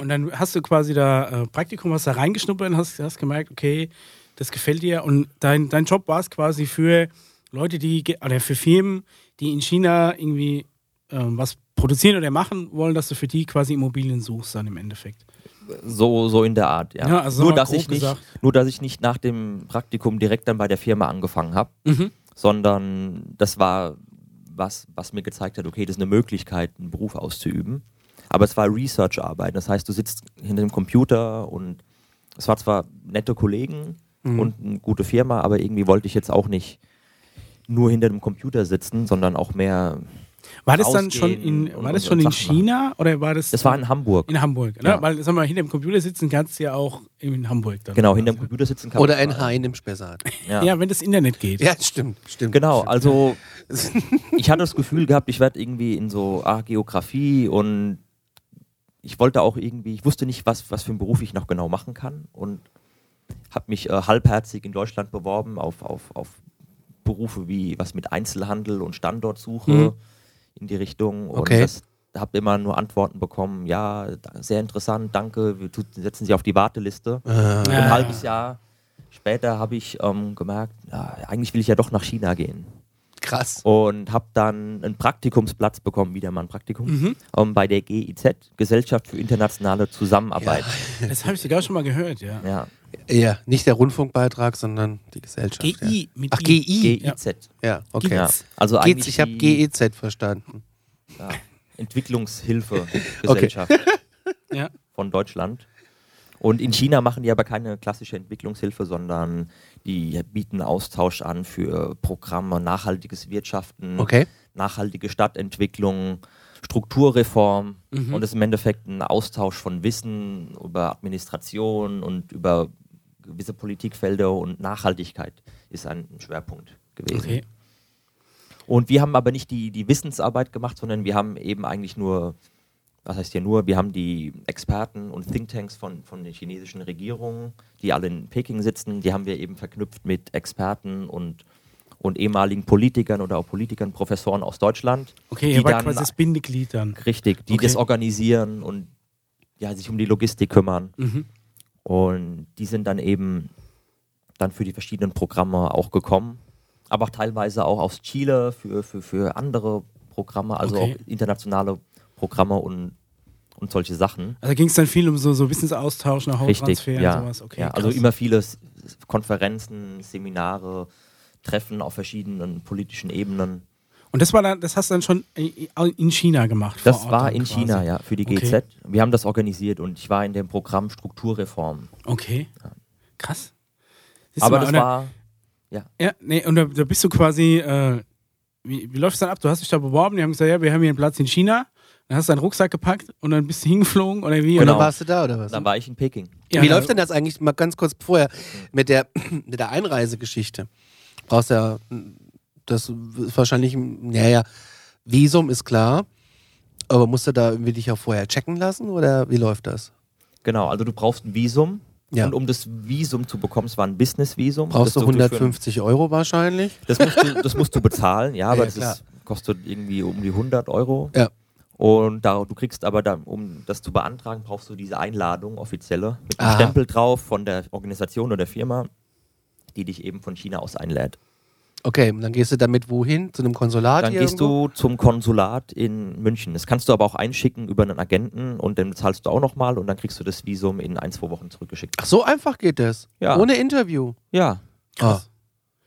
Speaker 2: Und dann hast du quasi da äh, Praktikum, hast da reingeschnuppert und hast, hast gemerkt, okay, das gefällt dir. Und dein, dein Job war es quasi für Leute, die ge- oder für Firmen, die in China irgendwie ähm, was produzieren oder machen wollen, dass du für die quasi Immobilien suchst dann im Endeffekt.
Speaker 3: So, so in der Art, ja.
Speaker 2: Ja, also
Speaker 3: nur,
Speaker 2: mal
Speaker 3: dass
Speaker 2: grob
Speaker 3: ich nicht,
Speaker 2: gesagt.
Speaker 3: nur, dass ich nicht nach dem Praktikum direkt dann bei der Firma angefangen habe,
Speaker 2: Mhm.
Speaker 3: sondern das war was, was mir gezeigt hat, okay, das ist eine Möglichkeit, einen Beruf auszuüben. Aber es war Research-Arbeit. Das heißt, du sitzt hinter dem Computer und es war zwar nette Kollegen
Speaker 2: Mhm.
Speaker 3: und eine gute Firma, aber irgendwie wollte ich jetzt auch nicht nur hinter dem Computer sitzen, sondern auch mehr.
Speaker 2: War das dann schon
Speaker 3: Rausgehen
Speaker 2: in,
Speaker 3: und-
Speaker 2: war das
Speaker 3: und-
Speaker 2: schon
Speaker 3: und
Speaker 2: in
Speaker 3: Sachen machen.
Speaker 2: China oder war das?
Speaker 3: Das war in Hamburg.
Speaker 2: In Hamburg, ne?
Speaker 3: Ja.
Speaker 2: Weil, sag mal, hinter dem Computer sitzen kannst du ja auch in Hamburg dann.
Speaker 3: genau, hinter dem Computer sitzen kann
Speaker 1: Oder
Speaker 3: man-
Speaker 1: ein Hain im Spessart.
Speaker 3: Ja.
Speaker 2: Ja, wenn das Internet geht.
Speaker 1: Ja, stimmt, stimmt.
Speaker 3: Genau,
Speaker 1: stimmt.
Speaker 3: also ich hatte das Gefühl gehabt, ich werde irgendwie in so ah, Geografie und ich wollte auch irgendwie, ich wusste nicht, was, was für einen Beruf ich noch genau machen kann und habe mich äh, halbherzig in Deutschland beworben auf, auf, auf Berufe wie was mit Einzelhandel und Standortsuche
Speaker 2: Mhm.
Speaker 3: in die Richtung und
Speaker 1: Okay.
Speaker 3: das habe immer nur Antworten bekommen, ja, da- sehr interessant, danke, wir tut, setzen Sie auf die Warteliste.
Speaker 1: Äh,
Speaker 3: Ein
Speaker 2: Ah.
Speaker 3: halbes Jahr später habe ich ähm, gemerkt, ja, eigentlich will ich ja doch nach China gehen.
Speaker 1: Krass.
Speaker 3: und habe dann einen Praktikumsplatz bekommen, wieder mal ein Praktikum,
Speaker 1: Mhm.
Speaker 3: ähm, bei der GIZ, Gesellschaft für internationale Zusammenarbeit.
Speaker 2: Das habe ich sogar schon mal gehört, ja.
Speaker 3: Ja.
Speaker 1: Ja, nicht der Rundfunkbeitrag, sondern die Gesellschaft. ja.
Speaker 2: GI mit
Speaker 1: Ach,
Speaker 2: I.
Speaker 1: GI.
Speaker 2: Ja.
Speaker 3: GIZ.
Speaker 1: Ja, okay.
Speaker 3: Ja. Also
Speaker 1: Geht's,
Speaker 3: eigentlich
Speaker 1: ich habe
Speaker 3: die
Speaker 1: GEZ verstanden.
Speaker 3: ja, Entwicklungshilfegesellschaft
Speaker 2: Ja.
Speaker 3: von Deutschland. Und in China machen die aber keine klassische Entwicklungshilfe, sondern die bieten Austausch an für Programme, nachhaltiges Wirtschaften,
Speaker 1: Okay.
Speaker 3: nachhaltige Stadtentwicklung, Strukturreform und das ist im Endeffekt ein Austausch von Wissen über Administration und über gewisse Politikfelder und Nachhaltigkeit ist ein Schwerpunkt gewesen.
Speaker 2: Okay.
Speaker 3: Und wir haben aber nicht die, die Wissensarbeit gemacht, sondern wir haben eben eigentlich nur, was heißt ja nur, wir haben die Experten und Thinktanks von, von den chinesischen Regierungen, die alle in Peking sitzen, die haben wir eben verknüpft mit Experten und, und ehemaligen Politikern oder auch Politikern, Professoren aus Deutschland.
Speaker 2: Okay,
Speaker 3: die
Speaker 2: ihr war
Speaker 3: dann-
Speaker 2: quasi das Bindeglied dann.
Speaker 3: Richtig, die
Speaker 2: Okay.
Speaker 3: das organisieren und ja, sich um die Logistik kümmern.
Speaker 2: Mhm.
Speaker 3: Und die sind dann eben dann für die verschiedenen Programme auch gekommen. Aber auch teilweise auch aus Chile für, für, für andere Programme, also
Speaker 2: Okay.
Speaker 3: auch internationale Programme und, und solche Sachen.
Speaker 2: Also ging es dann viel um so, so Wissensaustausch nach
Speaker 3: Richtig,
Speaker 2: Haupttransfer
Speaker 3: ja.
Speaker 2: und sowas. Okay,
Speaker 3: ja. Also
Speaker 2: krass.
Speaker 3: immer viele S- S- Konferenzen, Seminare, Treffen auf verschiedenen politischen Ebenen.
Speaker 2: Und das war dann, das hast du dann schon i- i- in China gemacht. vor
Speaker 3: Das
Speaker 2: Ort
Speaker 3: war
Speaker 2: dann
Speaker 3: in
Speaker 2: quasi.
Speaker 3: China, ja, für die
Speaker 2: Okay.
Speaker 3: GZ. Wir haben das organisiert und ich war in dem Programm Strukturreform.
Speaker 2: Okay. Krass. Siehst du
Speaker 3: Aber
Speaker 2: mal,
Speaker 3: das
Speaker 2: und da-
Speaker 3: war,
Speaker 2: Ja, nee, und da, da bist du quasi, äh, wie, wie läuft es dann ab? Du hast dich da beworben, die haben gesagt, ja, wir haben hier einen Platz in China. Dann hast du deinen Rucksack gepackt und dann bist du hingeflogen oder wie?
Speaker 1: Und
Speaker 3: Genau.
Speaker 1: dann warst du da, oder was?
Speaker 3: da war ich in Peking.
Speaker 2: Ja,
Speaker 1: Wie
Speaker 2: ja.
Speaker 1: läuft denn das eigentlich mal ganz kurz vorher mit der, mit der Einreisegeschichte? Brauchst ja m, das ist wahrscheinlich, m, naja, Visum ist klar, aber musst du da irgendwie dich auch vorher checken lassen oder wie läuft das?
Speaker 3: Genau, also du brauchst ein Visum.
Speaker 1: Ja.
Speaker 3: Und um das Visum zu bekommen, es war ein Business-Visum. das
Speaker 1: Brauchst du
Speaker 3: du für-
Speaker 1: 150 Euro wahrscheinlich?
Speaker 3: Das musst du, das musst du bezahlen, ja, aber
Speaker 1: Ja,
Speaker 3: das
Speaker 1: klar.
Speaker 3: ist, kostet irgendwie um die 100 Euro.
Speaker 1: Ja.
Speaker 3: Und da, du kriegst aber, dann, um das zu beantragen, brauchst du diese Einladung offizielle mit einem
Speaker 1: Aha.
Speaker 3: Stempel drauf von der Organisation oder der Firma, die dich eben von China aus einlädt.
Speaker 1: Okay, und dann gehst du damit wohin? Zu einem Konsulat?
Speaker 3: Dann
Speaker 1: hier
Speaker 3: gehst
Speaker 1: irgendwo?
Speaker 3: du zum Konsulat in München. Das kannst du aber auch einschicken über einen Agenten und dann zahlst du auch nochmal und dann kriegst du das Visum in ein, zwei Wochen zurückgeschickt.
Speaker 1: Ach, so einfach geht das.
Speaker 3: Ja.
Speaker 1: Ohne Interview.
Speaker 3: Ja.
Speaker 2: Krass.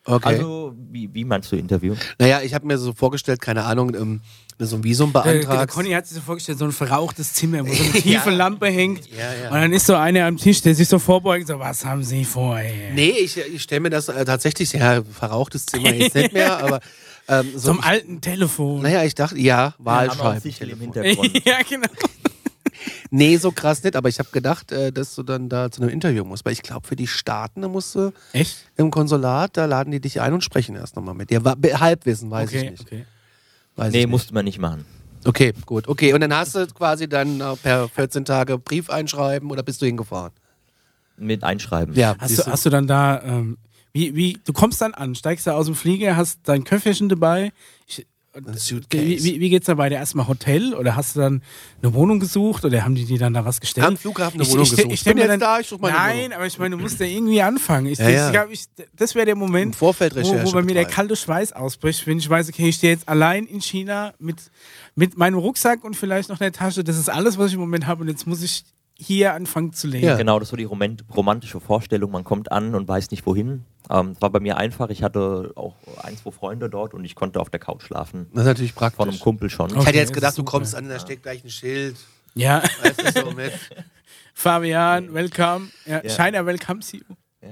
Speaker 1: Ah, okay.
Speaker 3: Also, wie, wie meinst du Interview?
Speaker 1: naja, ich habe mir so vorgestellt, keine Ahnung, ähm, wenn du so ein Visum
Speaker 2: Äh, der
Speaker 1: beantragst.
Speaker 2: Conny hat sich so vorgestellt, so ein verrauchtes Zimmer, wo so eine tiefe Lampe hängt.
Speaker 1: Ja, ja.
Speaker 2: Und dann ist so einer am Tisch, der sich so vorbeugt, so, was haben Sie vor? Ey?
Speaker 1: Nee, ich, ich stelle mir das äh, tatsächlich, ja, verrauchtes Zimmer jetzt nicht mehr, aber ähm, so,
Speaker 2: Zum alten Telefon.
Speaker 1: naja, ich dachte, ja, Wahlschreiben.
Speaker 3: Sichel im Hintergrund.
Speaker 2: ja, genau.
Speaker 1: nee, so krass nicht, aber ich habe gedacht, äh, dass du dann da zu einem Interview musst, weil ich glaube, für die Staaten, da musst du
Speaker 2: Echt?
Speaker 1: im Konsulat, da laden die dich ein und sprechen erst nochmal mit dir. Wa- be- Halbwissen, weiß
Speaker 2: okay,
Speaker 1: ich nicht.
Speaker 2: okay.
Speaker 1: Weiß
Speaker 3: nee,
Speaker 1: ich nicht.
Speaker 3: musste man nicht machen.
Speaker 1: Okay, gut, okay. Und dann hast du quasi dann äh, per 14 Tage Brief einschreiben oder bist du hingefahren?
Speaker 3: Mit einschreiben.
Speaker 1: Ja,
Speaker 2: Hast
Speaker 1: siehst
Speaker 2: du, hast du dann da, ähm, wie, wie, du kommst dann an, steigst da aus dem Flieger, hast dein Köfferchen dabei. Ich,
Speaker 1: Ein Suitcase.
Speaker 2: wie, wie, wie geht's da weiter? Erstmal Hotel oder hast du dann eine Wohnung gesucht oder haben die dir dann da was gestellt?
Speaker 1: Am Flughafen eine
Speaker 2: Ich-
Speaker 1: Wohnung
Speaker 2: ich,
Speaker 1: gesucht.
Speaker 2: Ich, ich, ich,
Speaker 1: Bin
Speaker 2: mir
Speaker 1: jetzt
Speaker 2: dann,
Speaker 1: da, ich such meine
Speaker 2: Nein,
Speaker 1: Wohnung.
Speaker 2: aber ich meine, du musst ja irgendwie anfangen. Ich,
Speaker 1: Ja,
Speaker 2: ich,
Speaker 1: ja.
Speaker 2: glaub, ich, das wäre der
Speaker 1: Im
Speaker 2: Moment,
Speaker 1: Vorfeld
Speaker 2: wo,
Speaker 1: Recherche
Speaker 2: wo bei mir der
Speaker 1: betreiben.
Speaker 2: kalte Schweiß ausbricht, wenn ich weiß, okay, ich stehe jetzt allein in China mit, mit meinem Rucksack und vielleicht noch einer Tasche. Das ist alles, was ich im Moment habe und jetzt muss ich hier anfangen zu leben.
Speaker 1: Ja.
Speaker 3: Genau, das war die romant romantische Vorstellung. Man kommt an und weiß nicht wohin. Ähm, es war bei mir einfach. Ich hatte auch ein, zwei Freunde dort und ich konnte auf der Couch schlafen.
Speaker 1: Das ist natürlich praktisch.
Speaker 3: Von einem Kumpel schon.
Speaker 1: Ich
Speaker 2: Okay,
Speaker 1: hätte jetzt
Speaker 2: das
Speaker 1: gedacht,
Speaker 2: ist
Speaker 1: du
Speaker 2: super.
Speaker 1: kommst an, da steckt gleich ein Schild.
Speaker 2: ja.
Speaker 1: Weißt du, so mit.
Speaker 2: Fabian, welcome. Ja,
Speaker 3: Ja.
Speaker 2: China, welcomes you.
Speaker 3: Ja.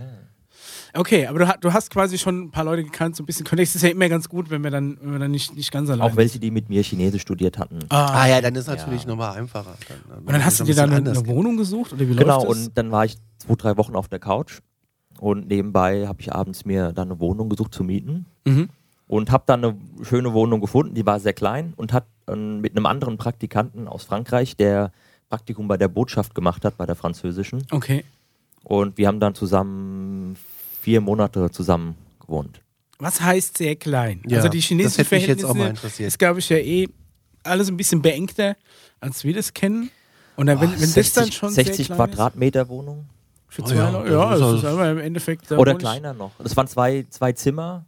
Speaker 2: Okay, aber du, ha- du hast quasi schon ein paar Leute gekannt, so ein bisschen Kontext ist ja immer ganz gut, wenn wir dann, wenn wir dann nicht, nicht ganz allein
Speaker 3: Auch welche, die mit mir Chinesisch studiert hatten.
Speaker 1: Ah ja, dann ist natürlich
Speaker 3: Ja.
Speaker 1: nochmal einfacher. Dann,
Speaker 2: Und dann hast du dir dann eine, eine Wohnung gesucht oder wie
Speaker 3: Genau,
Speaker 2: läuft das?
Speaker 3: und dann war ich zwei, drei Wochen auf der Couch und nebenbei habe ich abends mir dann eine Wohnung gesucht zu mieten
Speaker 2: Mhm.
Speaker 3: und habe dann eine schöne Wohnung gefunden, die war sehr klein und hat ähm, mit einem anderen Praktikanten aus Frankreich, der Praktikum bei der Botschaft gemacht hat, bei der französischen.
Speaker 2: Okay.
Speaker 3: Und wir haben dann zusammen vier Monate zusammen gewohnt.
Speaker 2: Was heißt sehr klein?
Speaker 1: Ja,
Speaker 2: also die chinesischen
Speaker 1: das hätte mich jetzt auch mal
Speaker 2: Verhältnisse
Speaker 1: interessiert.
Speaker 2: ist, glaube ich, ja eh alles ein bisschen beengter, als wir das kennen. Und dann, wenn,
Speaker 3: Ah,
Speaker 2: wenn das dann schon
Speaker 3: 60
Speaker 2: sehr klein
Speaker 3: Quadratmeter Wohnung
Speaker 2: ist, für
Speaker 1: Oh
Speaker 2: zwei
Speaker 1: ja,
Speaker 2: Leute,
Speaker 1: das
Speaker 2: ja,
Speaker 1: ist
Speaker 2: das
Speaker 1: also-
Speaker 2: ist aber im Endeffekt da wohne
Speaker 3: oder
Speaker 2: ich- Mhm.
Speaker 3: kleiner noch. Das waren zwei, zwei Zimmer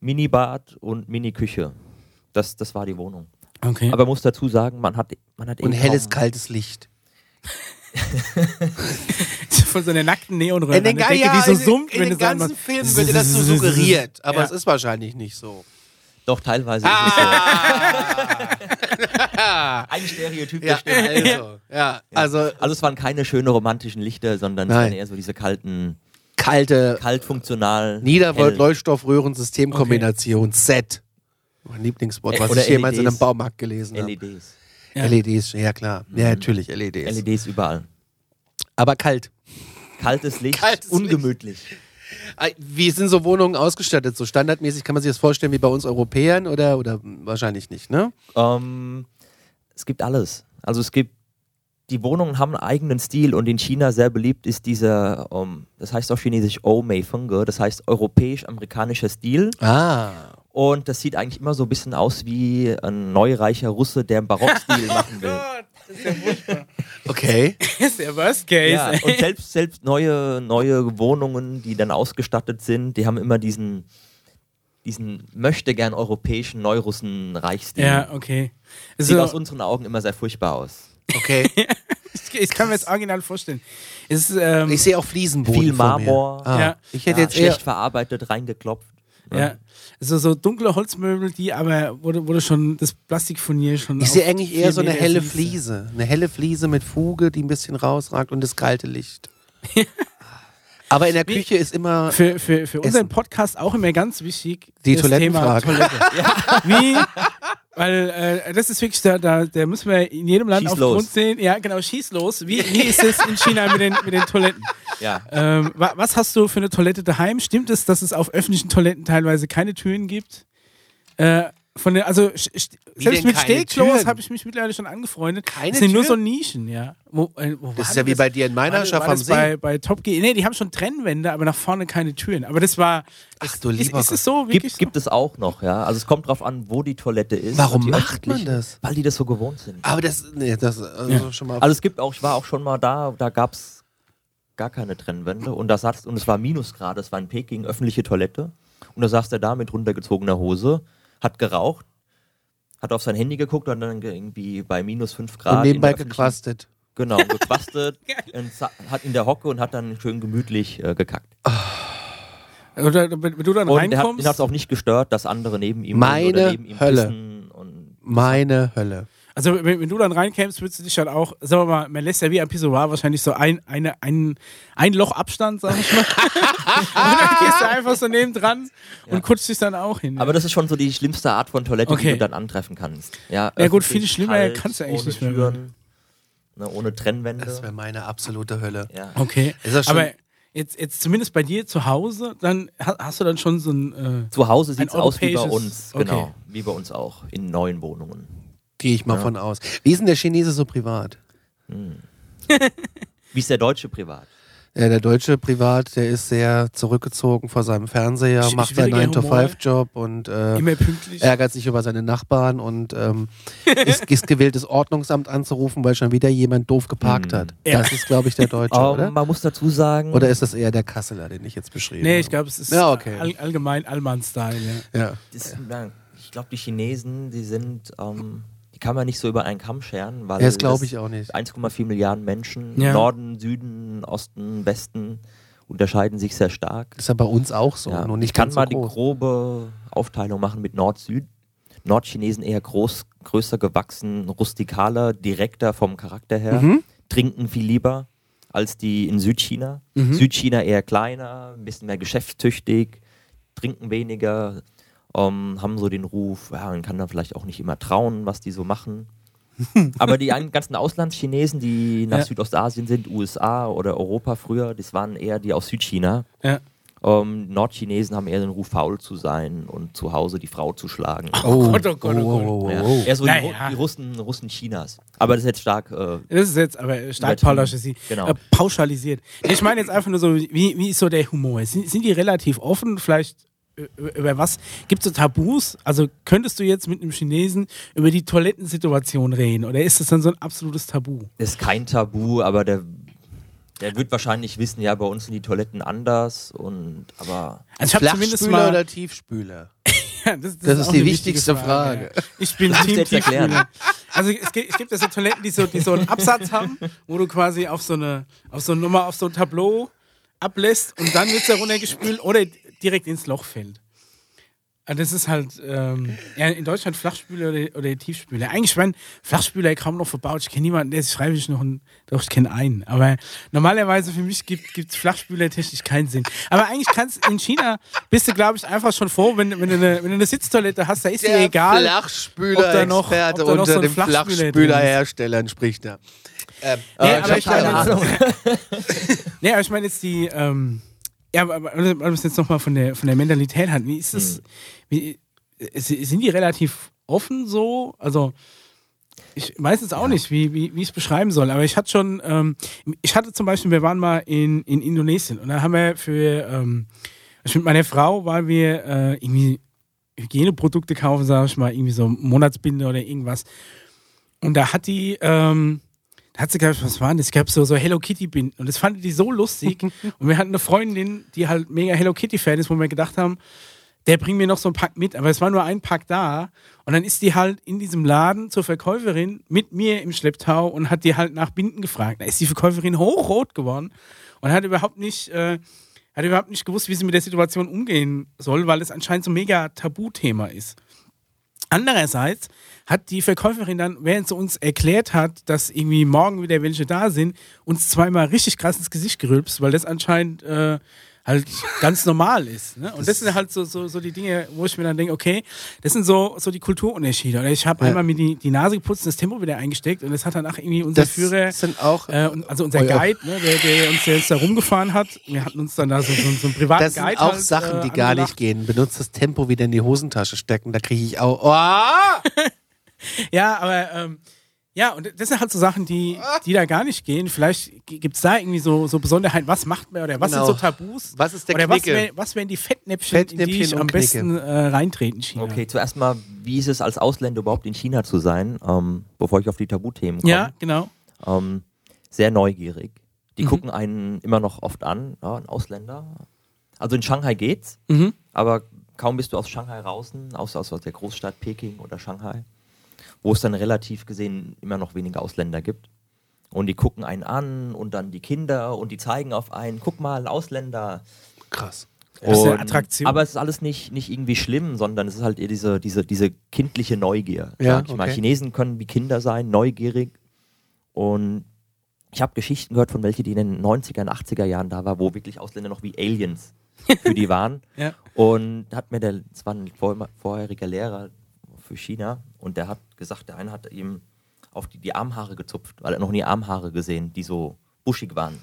Speaker 3: Minibad und Miniküche. Das, das war die Wohnung.
Speaker 2: Okay.
Speaker 3: Aber muss dazu sagen, man hat, man hat
Speaker 1: Und
Speaker 3: eben
Speaker 1: helles,
Speaker 3: kaum-
Speaker 1: kaltes Licht.
Speaker 2: Von so einer nackten Neonröhre. an der Decke, die so summt, wenn
Speaker 1: in
Speaker 2: du
Speaker 1: den
Speaker 2: sagen
Speaker 1: ganzen Filmen wird dir das so suggeriert, aber
Speaker 2: Ja.
Speaker 1: es ist wahrscheinlich nicht so.
Speaker 3: Doch, teilweise ist es so. Ein Stereotyp
Speaker 1: Ah! Ja,
Speaker 3: der halt. Stimme.
Speaker 1: also, ja, also
Speaker 3: Also es waren keine schönen romantischen Lichter, sondern es
Speaker 1: Nein.
Speaker 3: waren eher so diese kalten,
Speaker 1: kalte
Speaker 3: kalt funktional.
Speaker 1: Niederwald
Speaker 3: hell.
Speaker 1: Leuchtstoffröhren-Systemkombination Z. Mein
Speaker 2: Äh,
Speaker 1: Lieblingswort, was
Speaker 3: Oder
Speaker 1: ich jemals
Speaker 2: E
Speaker 1: in
Speaker 3: LEDs.
Speaker 1: einem Baumarkt gelesen habe.
Speaker 3: LEDs.
Speaker 2: Ja. Mhm. E
Speaker 1: LEDs, ja klar. Ja, natürlich LEDs.
Speaker 3: LEDs E überall.
Speaker 1: Aber kalt.
Speaker 3: Kaltes Licht,
Speaker 1: Kaltes Licht.
Speaker 3: ungemütlich.
Speaker 1: Ah, Wie sind so Wohnungen ausgestattet? So standardmäßig kann man sich das vorstellen wie bei uns Europäern oder, oder wahrscheinlich nicht, ne?
Speaker 3: Ähm, es gibt alles. Also es gibt, die Wohnungen haben einen eigenen Stil und in China sehr beliebt ist dieser, ähm, das heißt auf Chinesisch Omei Funge, das heißt europäisch-amerikanischer Stil.
Speaker 1: Ah.
Speaker 3: Und das sieht eigentlich immer so ein bisschen aus wie ein neureicher Russe, der einen Barockstil machen will.
Speaker 1: Okay.
Speaker 2: Das ist der Worst Case.
Speaker 3: Ja, und selbst, selbst neue, neue Wohnungen, die dann ausgestattet sind, die haben immer diesen, diesen möchte gern europäischen Neurussen Reichsstil.
Speaker 2: Ja, okay.
Speaker 3: Sieht
Speaker 2: Also,
Speaker 3: aus unseren Augen immer sehr furchtbar aus.
Speaker 1: Okay.
Speaker 2: ich, ich kann mir das original vorstellen. Es ist, ähm,
Speaker 1: Ich sehe auch Fliesenboden.
Speaker 3: Viel
Speaker 1: vor mir.
Speaker 3: Marmor.
Speaker 1: Ah,
Speaker 2: Ja.
Speaker 1: Ich hätte
Speaker 3: ja,
Speaker 1: jetzt eher.
Speaker 3: schlecht verarbeitet, reingeklopft. Ne?
Speaker 2: ja, so, so dunkle Holzmöbel, die aber, wo, du- wo du schon das Plastikfurnier schon.
Speaker 1: Ich
Speaker 2: auf
Speaker 1: sehe eigentlich eher
Speaker 2: vier
Speaker 1: so eine
Speaker 2: Meter
Speaker 1: helle
Speaker 2: siehst.
Speaker 1: Fliese. Eine helle Fliese mit Fuge, die ein bisschen rausragt und das kalte Licht. Aber in der Küche ist immer
Speaker 2: Für, für, für unseren
Speaker 1: Essen.
Speaker 2: Podcast auch immer ganz wichtig.
Speaker 1: die
Speaker 2: das Thema
Speaker 1: Toilettenfrage.
Speaker 2: Toilette. Wie? Weil äh, das ist wirklich, da, da, da müssen wir in jedem Land
Speaker 3: Schieß
Speaker 2: auf Grund
Speaker 3: los.
Speaker 2: sehen. Ja, genau, schieß los. Wie, wie ist es in China mit den, mit den Toiletten?
Speaker 3: Ja.
Speaker 1: Äh,
Speaker 2: Ähm, wa was hast du für eine Toilette daheim? Stimmt es, dass es auf öffentlichen Toiletten teilweise keine Türen gibt? Äh, von der, also sch- sch- selbst
Speaker 1: denn keine
Speaker 2: mit Stehklos
Speaker 1: Türen?
Speaker 2: habe ich mich mittlerweile schon angefreundet.
Speaker 1: Keine
Speaker 2: es sind nur so
Speaker 1: Türen?
Speaker 2: Nischen, ja. Wo, äh, wo war
Speaker 1: Das ist
Speaker 2: denn
Speaker 1: ja wie bei dir in
Speaker 2: War
Speaker 1: meiner
Speaker 2: das-
Speaker 1: Schaff
Speaker 2: war
Speaker 1: am
Speaker 2: das
Speaker 1: See.
Speaker 2: bei, bei Top Gear. Nee, die haben schon Trennwände, aber nach vorne keine Türen. Aber das war.
Speaker 1: Ach du
Speaker 2: Ist,
Speaker 1: lieber
Speaker 2: ist es so wirklich?
Speaker 3: Gibt, gibt es auch noch, ja. Also es kommt drauf an, wo die Toilette ist.
Speaker 1: Warum
Speaker 3: Und die
Speaker 1: macht man
Speaker 3: öffentlichen-
Speaker 1: das?
Speaker 3: Weil die das so gewohnt sind.
Speaker 1: Aber das, nee, das also schon mal.
Speaker 3: Also es gibt auch, ich war auch schon mal da, da gab es gar keine Trennwände und da saß, und es war Minusgrad, es war in Peking, öffentliche Toilette. Und da saß der da mit runtergezogener Hose, hat geraucht, hat auf sein Handy geguckt und dann ge- irgendwie bei minus 5 Grad.
Speaker 1: und
Speaker 3: in
Speaker 1: nebenbei
Speaker 3: der öffentlichen-
Speaker 1: gequastet.
Speaker 3: Genau, gequastet, in, Za- hat in der Hocke und hat dann schön gemütlich äh, gekackt.
Speaker 2: es. Oder wenn wenn du dann
Speaker 3: Und er hat,
Speaker 2: reinkommst.
Speaker 3: ihn hat es auch nicht gestört, dass andere neben ihm
Speaker 1: Meine
Speaker 3: oder neben ihm
Speaker 1: Hölle.
Speaker 3: pissen und
Speaker 1: Meine Hölle.
Speaker 2: Also wenn, wenn du dann reinkämst, würdest du dich halt auch, sagen wir mal, man lässt ja wie ein Pissoir wahrscheinlich so ein, eine, ein, ein Loch Abstand, sag ich mal. und dann gehst du einfach so nebendran und kutschst dich dann auch hin.
Speaker 3: Aber das ist schon so die schlimmste Art von Toilette,
Speaker 2: Okay.
Speaker 3: die du dann antreffen kannst. Ja,
Speaker 2: Ja, gut,
Speaker 3: öffentlich,
Speaker 2: viel schlimmer
Speaker 3: kalt,
Speaker 2: kannst du eigentlich
Speaker 3: ohne
Speaker 2: nicht mehr
Speaker 3: Türen, ne, ohne
Speaker 1: Das wäre
Speaker 3: Trennwände.
Speaker 1: meine absolute Hölle.
Speaker 3: Ja.
Speaker 2: okay.
Speaker 1: Ist das schon-
Speaker 2: Aber jetzt, jetzt zumindest bei dir zu Hause, dann ha- hast du dann schon so ein... Äh,
Speaker 3: Zu Hause sieht es
Speaker 2: Ein
Speaker 3: aus wie bei
Speaker 2: europäisches-
Speaker 3: uns,
Speaker 2: okay.
Speaker 3: genau. Wie bei uns auch, in neuen Wohnungen.
Speaker 1: Gehe ich mal von aus. Wie ist denn der Chinese so privat?
Speaker 3: Wie ist der Deutsche privat?
Speaker 1: Ja, Äh, der Deutsche privat, der ist sehr zurückgezogen vor seinem Fernseher,
Speaker 2: Sch-
Speaker 1: macht seinen
Speaker 2: schwieriger
Speaker 1: 9-to-5-Job und äh,
Speaker 2: immer pünktlich.
Speaker 1: ärgert sich über seine Nachbarn und ähm, ist, ist gewillt, das Ordnungsamt anzurufen, weil schon wieder jemand doof
Speaker 3: Hm.
Speaker 1: geparkt hat.
Speaker 2: Ja. Oh
Speaker 1: Das ist, glaube ich, der Deutsche,
Speaker 3: Ähm,
Speaker 1: oder?
Speaker 3: man muss dazu sagen,
Speaker 1: Oder ist das eher der Kasseler, den ich jetzt beschrieben
Speaker 2: Nee,
Speaker 1: habe?
Speaker 2: ich glaube, es ist
Speaker 1: Ja, okay.
Speaker 2: all, allgemein Allmann-Style. Ja.
Speaker 1: Ja.
Speaker 3: das, na, ich glaube, die Chinesen, die sind, ähm, die kann man nicht so über einen Kamm scheren, weil
Speaker 1: Ja, das glaub
Speaker 3: es
Speaker 1: ich auch nicht.
Speaker 3: 1,4 Milliarden Menschen,
Speaker 2: Ja.
Speaker 3: Norden, Süden, Osten, Westen, unterscheiden sich sehr stark.
Speaker 1: Ist ja bei uns auch so.
Speaker 3: Ja.
Speaker 1: Nur nicht
Speaker 3: ich kann
Speaker 1: ganz
Speaker 3: mal
Speaker 1: so groß.
Speaker 3: die grobe Aufteilung machen mit Nord-Süd. Nordchinesen eher groß, größer gewachsen, rustikaler, direkter vom Charakter her,
Speaker 1: Mhm.
Speaker 3: trinken viel lieber als die in Südchina.
Speaker 1: Mhm.
Speaker 3: Südchina eher kleiner, ein bisschen mehr geschäftstüchtig, trinken weniger, ähm, haben so den Ruf, ja, man kann da vielleicht auch nicht immer trauen, was die so machen. Aber die an- ganzen Auslandschinesen, die nach
Speaker 2: Ja.
Speaker 3: Südostasien sind, USA oder Europa früher, das waren eher die aus Südchina.
Speaker 2: Ja.
Speaker 3: Ähm, Nordchinesen haben eher den Ruf, faul zu sein und zu Hause die Frau zu schlagen.
Speaker 2: Oh Gott, oh Gott, oh
Speaker 1: oh,
Speaker 2: Gott.
Speaker 1: oh, oh,
Speaker 3: ja.
Speaker 1: oh.
Speaker 3: Eher so die, Ru-
Speaker 2: Naja.
Speaker 3: die Russen, Russen Chinas. Aber das ist jetzt stark. Äh,
Speaker 2: Das ist jetzt aber stark
Speaker 3: Übertrieben.
Speaker 2: pauschalisiert.
Speaker 3: Genau.
Speaker 2: Äh, pauschalisiert. Nee, Ich meine jetzt einfach nur so, wie, wie ist so der Humor? Sind, sind die relativ offen? Vielleicht äh, über was? Gibt es so Tabus? Also könntest du jetzt mit einem Chinesen über die Toilettensituation reden? Oder ist das dann so ein absolutes Tabu?
Speaker 3: das ist kein Tabu, aber der, der wird wahrscheinlich wissen, ja, bei uns sind die Toiletten anders. Und aber
Speaker 2: Also ich hab
Speaker 1: Flachspüler oder Tiefspüler?
Speaker 2: Ja, das,
Speaker 4: Das ist
Speaker 2: auch
Speaker 4: die
Speaker 2: eine
Speaker 4: wichtigste Frage.
Speaker 2: ja. Ich bin
Speaker 3: Hast du
Speaker 2: Team
Speaker 3: jetzt erklärt.
Speaker 2: Tiefkühler. Also es gibt, es gibt ja so Toiletten, die so, die so einen Absatz haben, wo du quasi auf so eine, auf so eine Nummer, auf so ein Tableau ablässt und dann wird es da runtergespült oder direkt ins Loch fällt. Also das ist halt ähm, ja, in Deutschland Flachspüler oder, oder Tiefspüler. Eigentlich werden Flachspüler kaum noch verbaut. Ich kenne niemanden, der sich freiwillig noch einen, doch ich kenne einen. Aber normalerweise für mich gibt es Flachspüler technisch keinen Sinn. Aber eigentlich kannst in China bist du, glaube ich, einfach schon froh, wenn, wenn, du eine, wenn du eine Sitztoilette hast, da ist dir egal. ob da noch- ob da
Speaker 4: Flachspüler-Experte
Speaker 2: noch so
Speaker 4: unter
Speaker 2: ein
Speaker 4: den
Speaker 2: Flachspüler drin ist.
Speaker 4: Flachspülerherstellern spricht da.
Speaker 1: Ähm, Äh,
Speaker 2: Nee,
Speaker 3: ich
Speaker 2: aber
Speaker 3: habe
Speaker 2: ich also glaube,
Speaker 3: keine Ahnung.
Speaker 2: Nee, aber ich meine jetzt die, ähm, ja, aber aber wenn wir es jetzt nochmal von der, von der Mentalität hatten, wie ist das, wie, äh, sind die relativ offen so? Also, ich weiß jetzt auch nicht, wie, wie, wie ich es beschreiben soll, aber ich hatte schon, ähm, ich hatte zum Beispiel, wir waren mal in, in Indonesien und da haben wir für, ähm, ich mit meiner Frau waren wir äh, irgendwie Hygieneprodukte kaufen, sag ich mal, irgendwie so Monatsbinde oder irgendwas. Und da hat die, ähm, da hat sie gehabt, was waren das? Es gab so, so Hello Kitty-Binden. Und das fanden die so lustig. und wir hatten eine Freundin, die halt mega Hello Kitty-Fan ist, wo wir gedacht haben, der bringt mir noch so ein Pack mit. Aber es war nur ein Pack da. Und dann ist die halt in diesem Laden zur Verkäuferin mit mir im Schlepptau und hat die halt nach Binden gefragt. Da ist die Verkäuferin hochrot geworden und hat überhaupt nicht, äh, hat überhaupt nicht gewusst, wie sie mit der Situation umgehen soll, weil es anscheinend so ein mega Tabuthema ist. Andererseits hat die Verkäuferin dann, während sie uns erklärt hat, dass irgendwie morgen wieder welche da sind, uns zweimal richtig krass ins Gesicht gerülpst, weil das anscheinend äh, halt ganz normal ist. Ne? Und das, sind halt so, so, so die Dinge, wo ich mir dann denke, okay, das sind so, so die Kulturunterschiede. Oder ich habe einmal mir die, die Nase geputzt und das Tempo wieder eingesteckt und das hat danach irgendwie unser
Speaker 4: Das
Speaker 2: Führer,
Speaker 4: sind auch
Speaker 2: äh, und- also unser
Speaker 4: Oh ja.
Speaker 2: Guide, ne, der, der uns der uns da rumgefahren hat, wir hatten uns dann da so, so, so einen privaten
Speaker 1: Das
Speaker 2: Guide
Speaker 1: sind auch
Speaker 2: halt,
Speaker 1: Sachen,
Speaker 2: äh,
Speaker 1: die gar
Speaker 2: angemacht.
Speaker 1: nicht gehen. Benutzt das Tempo wieder in die Hosentasche stecken, da kriege ich auch. Oh!
Speaker 2: Ja, aber ähm, ja, und das sind halt so Sachen, die, die da gar nicht gehen. Vielleicht gibt es da irgendwie so, so Besonderheiten. Was macht man oder was
Speaker 1: Genau.
Speaker 2: sind so Tabus?
Speaker 1: Was ist der
Speaker 2: oder was,
Speaker 1: Knicke?
Speaker 2: wär, was wären die Fettnäpfchen, in die
Speaker 1: Fettnäpfchen
Speaker 2: ich
Speaker 1: und
Speaker 2: am besten äh, reintreten China?
Speaker 3: Okay, zuerst mal, wie ist es als Ausländer überhaupt in China zu sein, ähm, bevor ich auf die Tabuthemen komme?
Speaker 2: Ja, Mhm. genau.
Speaker 3: ähm, sehr neugierig. Die gucken einen immer noch oft an, ja, ein Ausländer. Also in Shanghai geht's,
Speaker 2: Mhm.
Speaker 3: aber kaum bist du aus Shanghai draußen, aus, aus, aus der Großstadt Peking oder Shanghai, wo es dann relativ gesehen immer noch weniger Ausländer gibt. Und die gucken einen an und dann die Kinder und die zeigen auf einen, guck mal, ein Ausländer.
Speaker 1: Krass.
Speaker 2: Das ist eine
Speaker 3: Und-
Speaker 2: Attraktion.
Speaker 3: Aber es ist alles nicht, nicht irgendwie schlimm, sondern es ist halt eher diese, diese, diese kindliche Neugier.
Speaker 1: Ja,
Speaker 3: sag ich mal.
Speaker 1: okay.
Speaker 3: Chinesen können wie Kinder sein, neugierig. Und ich habe Geschichten gehört von welchen, die in den 90er, 80er Jahren da war, wo wirklich Ausländer noch wie Aliens für die waren.
Speaker 2: Ja.
Speaker 3: Und hat mir der, es war ein vor- vorheriger Lehrer für China und der hat gesagt, der eine hat ihm auf die, die Armhaare gezupft, weil er noch nie Armhaare gesehen, die so buschig waren.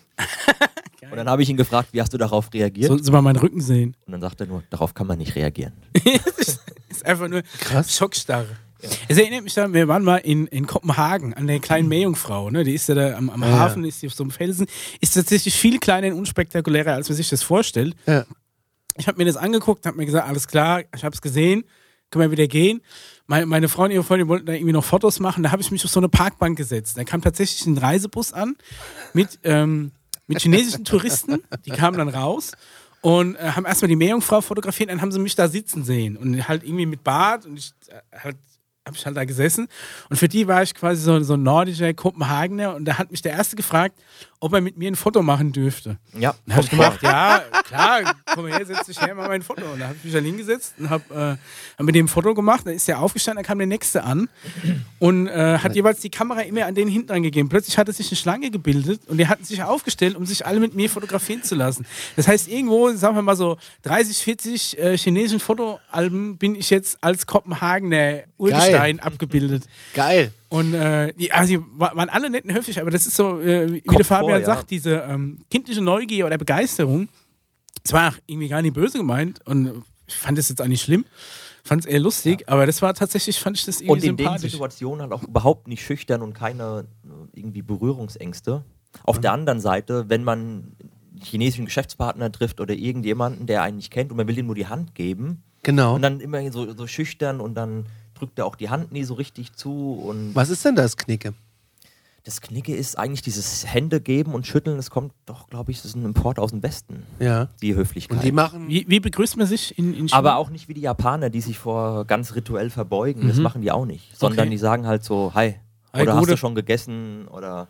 Speaker 3: und dann habe ich ihn gefragt, wie hast du darauf reagiert?
Speaker 2: Sollten Sie mal meinen Rücken sehen.
Speaker 3: Und dann sagt er nur, darauf kann man nicht reagieren.
Speaker 2: Ist einfach nur
Speaker 1: Krass.
Speaker 2: Schockstarre. Es erinnert mich daran, wir waren mal in, in Kopenhagen an der kleinen Meerjungfrau. Ne? Die ist ja da am, am Hafen, ist die auf so einem Felsen. Ist tatsächlich viel kleiner und unspektakulärer, als man sich das vorstellt.
Speaker 1: Ja.
Speaker 2: Ich habe mir das angeguckt, habe mir gesagt, alles klar, ich habe es gesehen, können wir wieder gehen. Meine, meine Frau und ihre Freundin wollten da irgendwie noch Fotos machen. Da habe ich mich auf so eine Parkbank gesetzt. Da kam tatsächlich ein Reisebus an mit, ähm, mit chinesischen Touristen. Die kamen dann raus und äh, haben erstmal die Meerjungfrau fotografiert. Dann haben sie mich da sitzen sehen und halt irgendwie mit Bart und ich äh, halt habe ich halt da gesessen und für die war ich quasi so, so ein nordischer Kopenhagener und da hat mich der erste gefragt, ob er mit mir ein Foto machen dürfte.
Speaker 3: Ja,
Speaker 2: Dann habe ich gemacht, ja, klar, komm her, setz dich her, mach mal ein Foto. Und da habe ich mich dann hingesetzt und habe äh, hab mit dem ein Foto gemacht. Dann ist der aufgestanden, dann kam der nächste an und äh, hat jeweils die Kamera immer an den hinten angegeben. Plötzlich hatte sich eine Schlange gebildet und die hatten sich aufgestellt, um sich alle mit mir fotografieren zu lassen. Das heißt, irgendwo, sagen wir mal so 30, 40 äh, chinesischen Fotoalben bin ich jetzt als Kopenhagener Urgestein abgebildet.
Speaker 4: geil.
Speaker 2: Und äh, die, also die wa- waren alle nett und höflich, aber das ist so, äh, wie der Fabian
Speaker 3: vor, ja.
Speaker 2: sagt, diese ähm, kindliche Neugier oder Begeisterung, es war irgendwie gar nicht böse gemeint und ich fand es jetzt auch nicht schlimm, fand es eher lustig, aber das war tatsächlich, fand ich das irgendwie
Speaker 3: Und in den
Speaker 2: sympathisch.
Speaker 3: Situationen halt auch überhaupt nicht schüchtern und keine äh, irgendwie Berührungsängste. Auf der anderen Seite, wenn man einen chinesischen Geschäftspartner trifft oder irgendjemanden, der einen nicht kennt und man will ihm nur die Hand geben
Speaker 1: Genau.
Speaker 3: und dann immer so, so schüchtern und dann drückt er auch die Hand nie so richtig zu und
Speaker 1: Was ist denn das Knicke?
Speaker 3: Das Knicke ist eigentlich dieses Hände geben und schütteln, das kommt doch, glaube ich, das ist ein Import aus dem Westen,
Speaker 1: Ja.
Speaker 3: die
Speaker 1: Und
Speaker 3: Höflichkeit.
Speaker 1: die machen.
Speaker 2: Wie, wie begrüßt man sich in, in China?
Speaker 3: aber auch nicht wie die Japaner, die sich vor ganz rituell verbeugen.
Speaker 1: Mhm.
Speaker 3: Das machen die auch nicht. Sondern
Speaker 2: Okay.
Speaker 3: die sagen halt so, hi.
Speaker 2: Hi,
Speaker 3: Oder hast
Speaker 2: Gude.
Speaker 3: du schon gegessen? Oder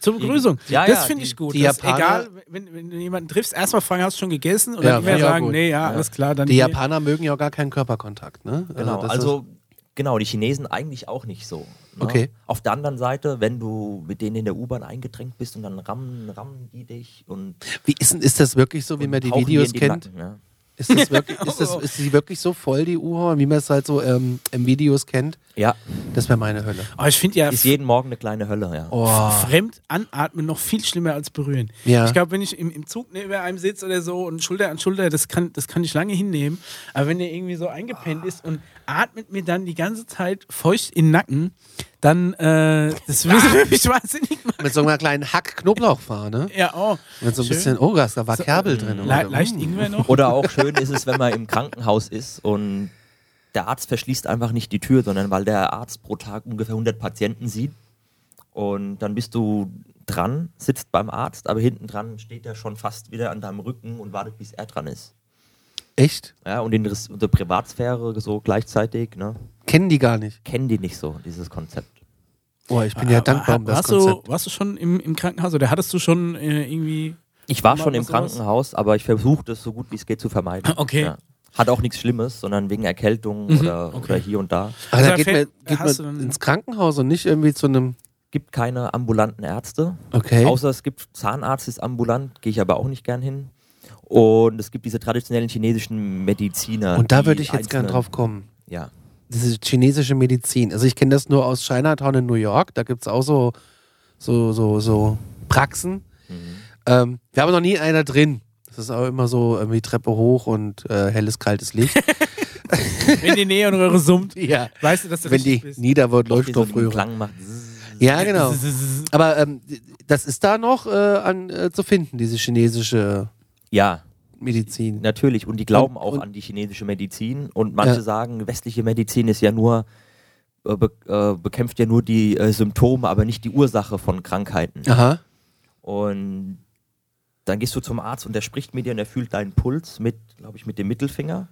Speaker 2: Zur Begrüßung.
Speaker 3: Ja,
Speaker 2: das
Speaker 3: ja,
Speaker 2: finde
Speaker 3: die-
Speaker 2: ich gut.
Speaker 1: die
Speaker 2: Das ist
Speaker 1: Japaner-
Speaker 2: egal, wenn, wenn du jemanden triffst, erstmal fragen, hast du schon gegessen? Oder
Speaker 1: Ja,
Speaker 2: die werden
Speaker 1: ja,
Speaker 2: sagen,
Speaker 1: gut.
Speaker 2: nee, ja, alles klar, dann
Speaker 1: Die
Speaker 2: nee.
Speaker 1: Japaner mögen ja auch gar keinen Körperkontakt, ne?
Speaker 3: genau.
Speaker 1: das
Speaker 3: Also, genau, die Chinesen eigentlich auch nicht so. Ne?
Speaker 1: Okay.
Speaker 3: Auf der anderen Seite, wenn du mit denen in der U-Bahn eingedrängt bist und dann rammen, rammen die dich und
Speaker 1: ist, wie ist, denn- ist das wirklich so, wie man die
Speaker 3: hauchen dir
Speaker 1: Videos
Speaker 3: in die
Speaker 1: kennt?
Speaker 3: Nacken, ne?
Speaker 1: Ist, das wirklich, ist, das, ist sie wirklich so voll, die Uhr, wie man es halt so ähm, im Videos kennt?
Speaker 3: Ja,
Speaker 1: Das wäre meine Hölle.
Speaker 2: Aber ich finde ja,
Speaker 3: ist jeden Morgen eine kleine Hölle, ja.
Speaker 1: Oh.
Speaker 2: fremd anatmen noch viel schlimmer als berühren.
Speaker 1: Ja.
Speaker 2: Ich glaube, wenn ich im, im Zug neben einem sitze oder so und Schulter an Schulter, das kann, das kann ich lange hinnehmen. Aber wenn der irgendwie so eingepennt ist und atmet mir dann die ganze Zeit feucht in den Nacken, dann äh, das würde mich wahnsinnig machen.
Speaker 1: Mit so einer kleinen Hack-Knoblauchfahne.
Speaker 2: Ja, oh.
Speaker 1: Mit so ein
Speaker 2: Schön. ähm,
Speaker 1: bisschen, oh, da war Kerbel drin.
Speaker 2: Le
Speaker 1: oder?
Speaker 2: leicht
Speaker 1: Mm.
Speaker 2: Ingwer noch.
Speaker 3: Oder auch schön ist es, wenn man im Krankenhaus ist und der Arzt verschließt einfach nicht die Tür, sondern weil der Arzt pro Tag ungefähr 100 Patienten sieht und dann bist du dran, sitzt beim Arzt, aber hinten dran steht er schon fast wieder an deinem Rücken und wartet, bis er dran ist.
Speaker 1: Hm. Echt?
Speaker 3: Ja, und in res- unsere Privatsphäre so gleichzeitig, ne,
Speaker 1: Kennen die gar nicht.
Speaker 3: kennen die nicht so, dieses Konzept.
Speaker 1: Boah, ich bin ja dankbar um das
Speaker 2: warst
Speaker 1: Konzept.
Speaker 2: Ah, Du, warst du schon im, im Krankenhaus oder hattest du schon äh, irgendwie.
Speaker 3: Ich war
Speaker 2: Mal
Speaker 3: schon im
Speaker 2: was anderes?
Speaker 3: Krankenhaus, aber ich versuche das so gut wie es geht zu vermeiden.
Speaker 2: Okay.
Speaker 3: Ja. Hat auch nichts Schlimmes, sondern wegen Erkältung oder, oder hier und da.
Speaker 1: Aber da
Speaker 2: also Da
Speaker 1: geht
Speaker 2: fällt-
Speaker 1: man, geht
Speaker 2: hast du
Speaker 1: man
Speaker 2: dann-
Speaker 1: ins Krankenhaus und nicht irgendwie zu einem.
Speaker 3: gibt keine ambulanten Ärzte.
Speaker 1: Okay.
Speaker 3: Außer es gibt Zahnarzt ist ambulant, gehe ich aber auch nicht gern hin. Und es gibt diese traditionellen chinesischen Mediziner.
Speaker 1: Und da
Speaker 3: die
Speaker 1: würde ich jetzt gern
Speaker 3: einzelnen-
Speaker 1: drauf kommen.
Speaker 3: Ja.
Speaker 1: Diese chinesische Medizin. Also ich kenne das nur aus Chinatown in New York. Da gibt es auch so, so, so, so Praxen. Ähm, wir haben noch nie einer drin. Das ist auch immer so irgendwie Treppe hoch und äh, helles, kaltes Licht.
Speaker 2: Wenn die Neonröhre summt,
Speaker 1: ja.
Speaker 2: weißt du, dass du
Speaker 1: Wenn die
Speaker 2: richtig bist.
Speaker 3: Die so einen
Speaker 1: Niederwort-Leuchtstoffröhre.
Speaker 3: Klang macht.
Speaker 1: ja, genau.
Speaker 2: Zzz.
Speaker 1: Aber ähm, das ist da noch äh, an, äh, zu finden, diese chinesische
Speaker 3: Ja,
Speaker 1: Medizin.
Speaker 3: natürlich. Und die glauben
Speaker 1: Und-
Speaker 3: auch
Speaker 1: und-
Speaker 3: an die chinesische Medizin. Und manche
Speaker 1: Ja.
Speaker 3: sagen, westliche Medizin ist ja nur, äh, be äh, bekämpft ja nur die äh, Symptome, aber nicht die Ursache von Krankheiten.
Speaker 1: Aha.
Speaker 3: Und dann gehst du zum Arzt und der spricht mit dir und er fühlt deinen Puls mit, glaube ich, mit dem Mittelfinger.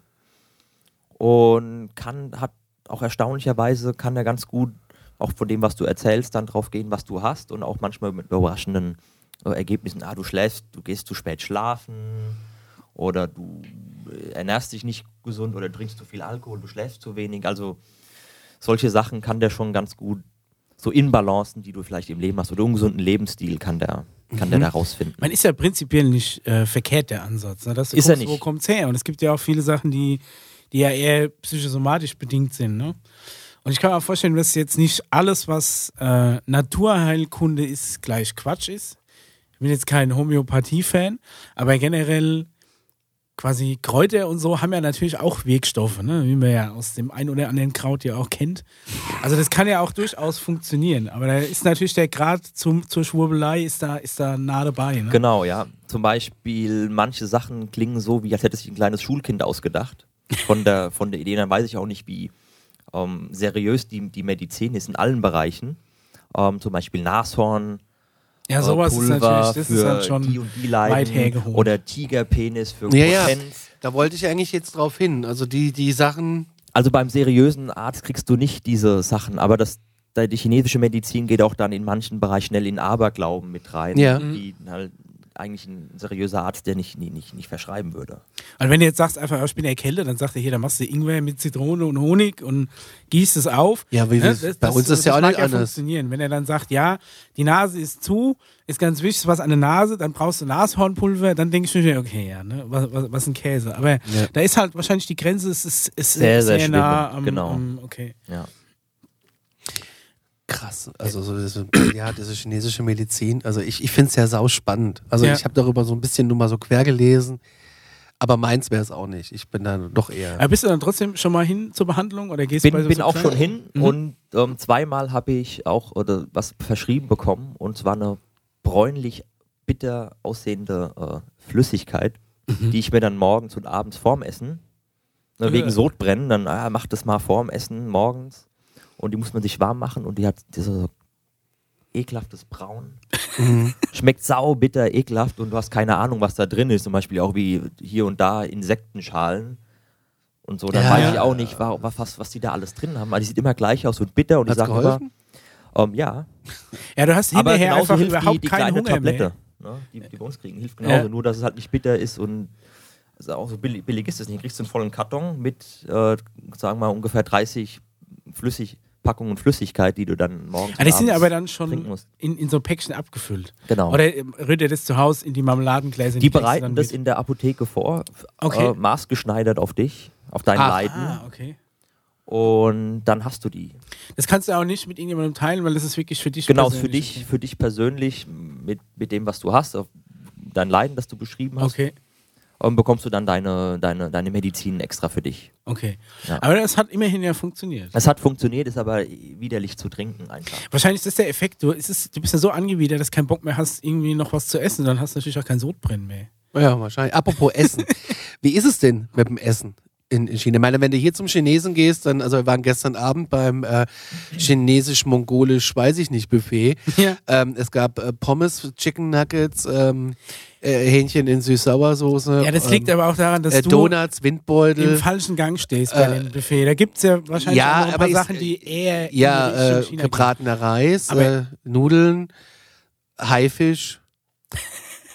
Speaker 3: Und kann, hat auch erstaunlicherweise, kann er ganz gut auch von dem, was du erzählst, dann drauf gehen, was du hast und auch manchmal mit überraschenden äh, Ergebnissen. Ah, du schläfst, du gehst zu spät schlafen oder du äh, ernährst dich nicht gesund oder trinkst zu viel Alkohol, du schläfst zu wenig. Also solche Sachen kann der schon ganz gut, so Inbalancen, die du vielleicht im Leben hast oder ungesunden Lebensstil, kann der, kann der da rausfinden.
Speaker 2: Man ist ja prinzipiell nicht äh, verkehrt, der Ansatz. Ne? Dass du
Speaker 3: Ist er
Speaker 2: guckst, Wo
Speaker 3: nicht.
Speaker 2: kommt's her? Und es gibt ja auch viele Sachen, die, die ja eher psychosomatisch bedingt sind. Ne? Und ich kann mir auch vorstellen, dass jetzt nicht alles, was äh, Naturheilkunde ist, gleich Quatsch ist. Ich bin jetzt kein Homöopathie-Fan, aber generell quasi Kräuter und so haben ja natürlich auch Wirkstoffe, ne? wie man ja aus dem einen oder anderen Kraut ja auch kennt. Also das kann ja auch durchaus funktionieren, aber da ist natürlich der Grad zum, zur Schwurbelei ist da, ist da nah dabei. Ne?
Speaker 3: Genau, ja. Zum Beispiel, manche Sachen klingen so, wie als hätte sich ein kleines Schulkind ausgedacht. Von der, von der Idee, dann weiß ich auch nicht, wie ähm, seriös die, die Medizin ist in allen Bereichen. Ähm, zum Beispiel Nashorn,
Speaker 2: Ja,
Speaker 3: äh,
Speaker 2: sowas
Speaker 3: Pulver
Speaker 2: ist natürlich, das
Speaker 3: für
Speaker 2: ist halt
Speaker 3: die
Speaker 2: schon.
Speaker 3: und die Leiden
Speaker 2: weit hergeholt.
Speaker 3: oder Tigerpenis für
Speaker 1: Ja, ja.
Speaker 3: Potenz.
Speaker 1: Da wollte ich eigentlich jetzt drauf hin. Also die, die Sachen.
Speaker 3: Also beim seriösen Arzt kriegst du nicht diese Sachen, aber das, da die chinesische Medizin geht auch dann in manchen Bereichen schnell in Aberglauben mit rein,
Speaker 1: Ja.
Speaker 3: die halt eigentlich ein seriöser Arzt, der nicht, nie- nicht, nicht verschreiben würde.
Speaker 2: Also wenn du jetzt sagst, einfach, ja, ich bin erkältet, dann sagt er hier, dann machst du Ingwer mit Zitrone und Honig und gießt es auf. Ne,
Speaker 1: Ja, wie wir- bei uns ist ja auch
Speaker 2: mag
Speaker 1: nicht anders.
Speaker 2: funktionieren. Wenn er dann sagt, ja, die Nase ist zu, ist ganz wichtig, was an der Nase, dann brauchst du Nashornpulver, dann denke ich mir, okay, ja, ne, was, was, was ein Käse. Aber da ist halt wahrscheinlich die Grenze, es ist, es ist
Speaker 3: Sehr, sehr
Speaker 2: nah
Speaker 3: schlimm,
Speaker 2: am,
Speaker 3: genau.
Speaker 2: am okay.
Speaker 3: Ja.
Speaker 1: Krass. Also so diese, ja, diese chinesische Medizin. Also ich, ich finde es ja sauspannend. Also
Speaker 2: Ja.
Speaker 1: ich habe darüber so ein bisschen nur mal so quer gelesen. Aber meins wäre es auch nicht. Ich bin da doch eher.
Speaker 2: Aber bist du dann trotzdem schon mal hin zur Behandlung oder gehst
Speaker 3: bin,
Speaker 2: du bei so Mhm.
Speaker 3: bin auch
Speaker 2: kleinen-
Speaker 3: schon hin und ähm, zweimal habe ich auch oder was verschrieben bekommen und zwar eine bräunlich bitter aussehende äh, Flüssigkeit,
Speaker 2: Mhm.
Speaker 3: die ich mir dann morgens und abends vorm Essen ne, wegen
Speaker 2: Äh.
Speaker 3: Sodbrennen dann ah, mach das mal vorm Essen morgens und die muss man sich warm machen und die hat diese ekelhaftes Braun.
Speaker 2: Mhm.
Speaker 3: Schmeckt sau, bitter, ekelhaft und du hast keine Ahnung, was da drin ist. Zum Beispiel auch wie hier und da Insektenschalen und so. Dann
Speaker 1: Ja.
Speaker 3: weiß ich auch nicht, wa- wa- was, was die da alles drin haben. Also die sieht immer gleich aus und bitter und
Speaker 1: Hat's
Speaker 3: ich sage immer,
Speaker 1: geholfen?
Speaker 3: ähm, ja,
Speaker 2: Ja, du hast
Speaker 3: aber
Speaker 2: hinterher
Speaker 3: genauso
Speaker 2: einfach
Speaker 3: hilft die,
Speaker 2: überhaupt
Speaker 3: die
Speaker 2: keinen
Speaker 3: kleine
Speaker 2: Hunger
Speaker 3: Tablette,
Speaker 2: mehr.
Speaker 3: ne, die, die wir uns kriegen. Hilft genauso,
Speaker 2: Ja.
Speaker 3: nur dass es halt nicht bitter ist und also auch so billig, billig ist es nicht. Du kriegst einen vollen Karton mit, äh, sagen wir mal, ungefähr 30 flüssig Packungen Flüssigkeit, die du dann morgens
Speaker 2: Ah, die
Speaker 3: und
Speaker 2: sind
Speaker 3: abends
Speaker 2: aber dann
Speaker 3: trinken
Speaker 2: schon
Speaker 3: musst.
Speaker 2: in, in so Päckchen abgefüllt.
Speaker 3: Genau.
Speaker 2: Oder ähm, rührt ihr das zu Hause in die Marmeladengläser?
Speaker 3: Die
Speaker 2: und kriegst
Speaker 3: bereiten
Speaker 2: dann
Speaker 3: das
Speaker 2: mit?
Speaker 3: in der Apotheke vor, f-
Speaker 2: Okay.
Speaker 3: äh, maßgeschneidert auf dich, auf dein
Speaker 1: Ach.
Speaker 3: Leiden
Speaker 2: Ah, okay.
Speaker 3: und dann hast du die.
Speaker 2: Das kannst du auch nicht mit irgendjemandem teilen, weil das ist wirklich für dich
Speaker 3: Genau, für
Speaker 2: persönlich.
Speaker 3: dich, für dich persönlich mit, mit dem, was du hast, auf dein Leiden, das du beschrieben hast.
Speaker 2: Okay,
Speaker 3: Und bekommst du dann deine, deine, deine Medizin extra für dich.
Speaker 2: okay.
Speaker 3: Ja. Also
Speaker 2: Aber das hat immerhin ja funktioniert.
Speaker 3: Das hat funktioniert, ist aber widerlich zu trinken einfach.
Speaker 2: Wahrscheinlich ist das der Effekt. Du, es ist, du bist ja so angewidert, dass du keinen Bock mehr hast, irgendwie noch was zu essen. Dann hast du natürlich auch kein Sodbrennen mehr.
Speaker 1: Ja, wahrscheinlich. Apropos Essen. Wie ist es denn mit dem Essen in, in China? Ich meine, wenn du hier zum Chinesen gehst, dann, also wir waren gestern Abend beim äh, chinesisch-mongolisch, weiß ich nicht, Buffet.
Speaker 2: Ja.
Speaker 1: Ähm, es gab äh, Pommes, Chicken Nuggets, ähm, äh, Hähnchen in Süß-Sauersoße.
Speaker 2: Ja, das
Speaker 1: ähm,
Speaker 2: liegt aber auch daran, dass
Speaker 1: äh,
Speaker 2: du
Speaker 1: Donuts,
Speaker 2: im
Speaker 1: Windbeutel.
Speaker 2: falschen Gang stehst bei dem Buffet. Da gibt es ja wahrscheinlich
Speaker 1: ja,
Speaker 2: auch noch ein
Speaker 1: aber
Speaker 2: paar
Speaker 1: ist- äh,
Speaker 2: Sachen, die eher in die
Speaker 1: Ja, äh,
Speaker 2: Richtung China
Speaker 1: gebratener Reis,
Speaker 2: Aber-
Speaker 1: äh, Nudeln, Haifisch.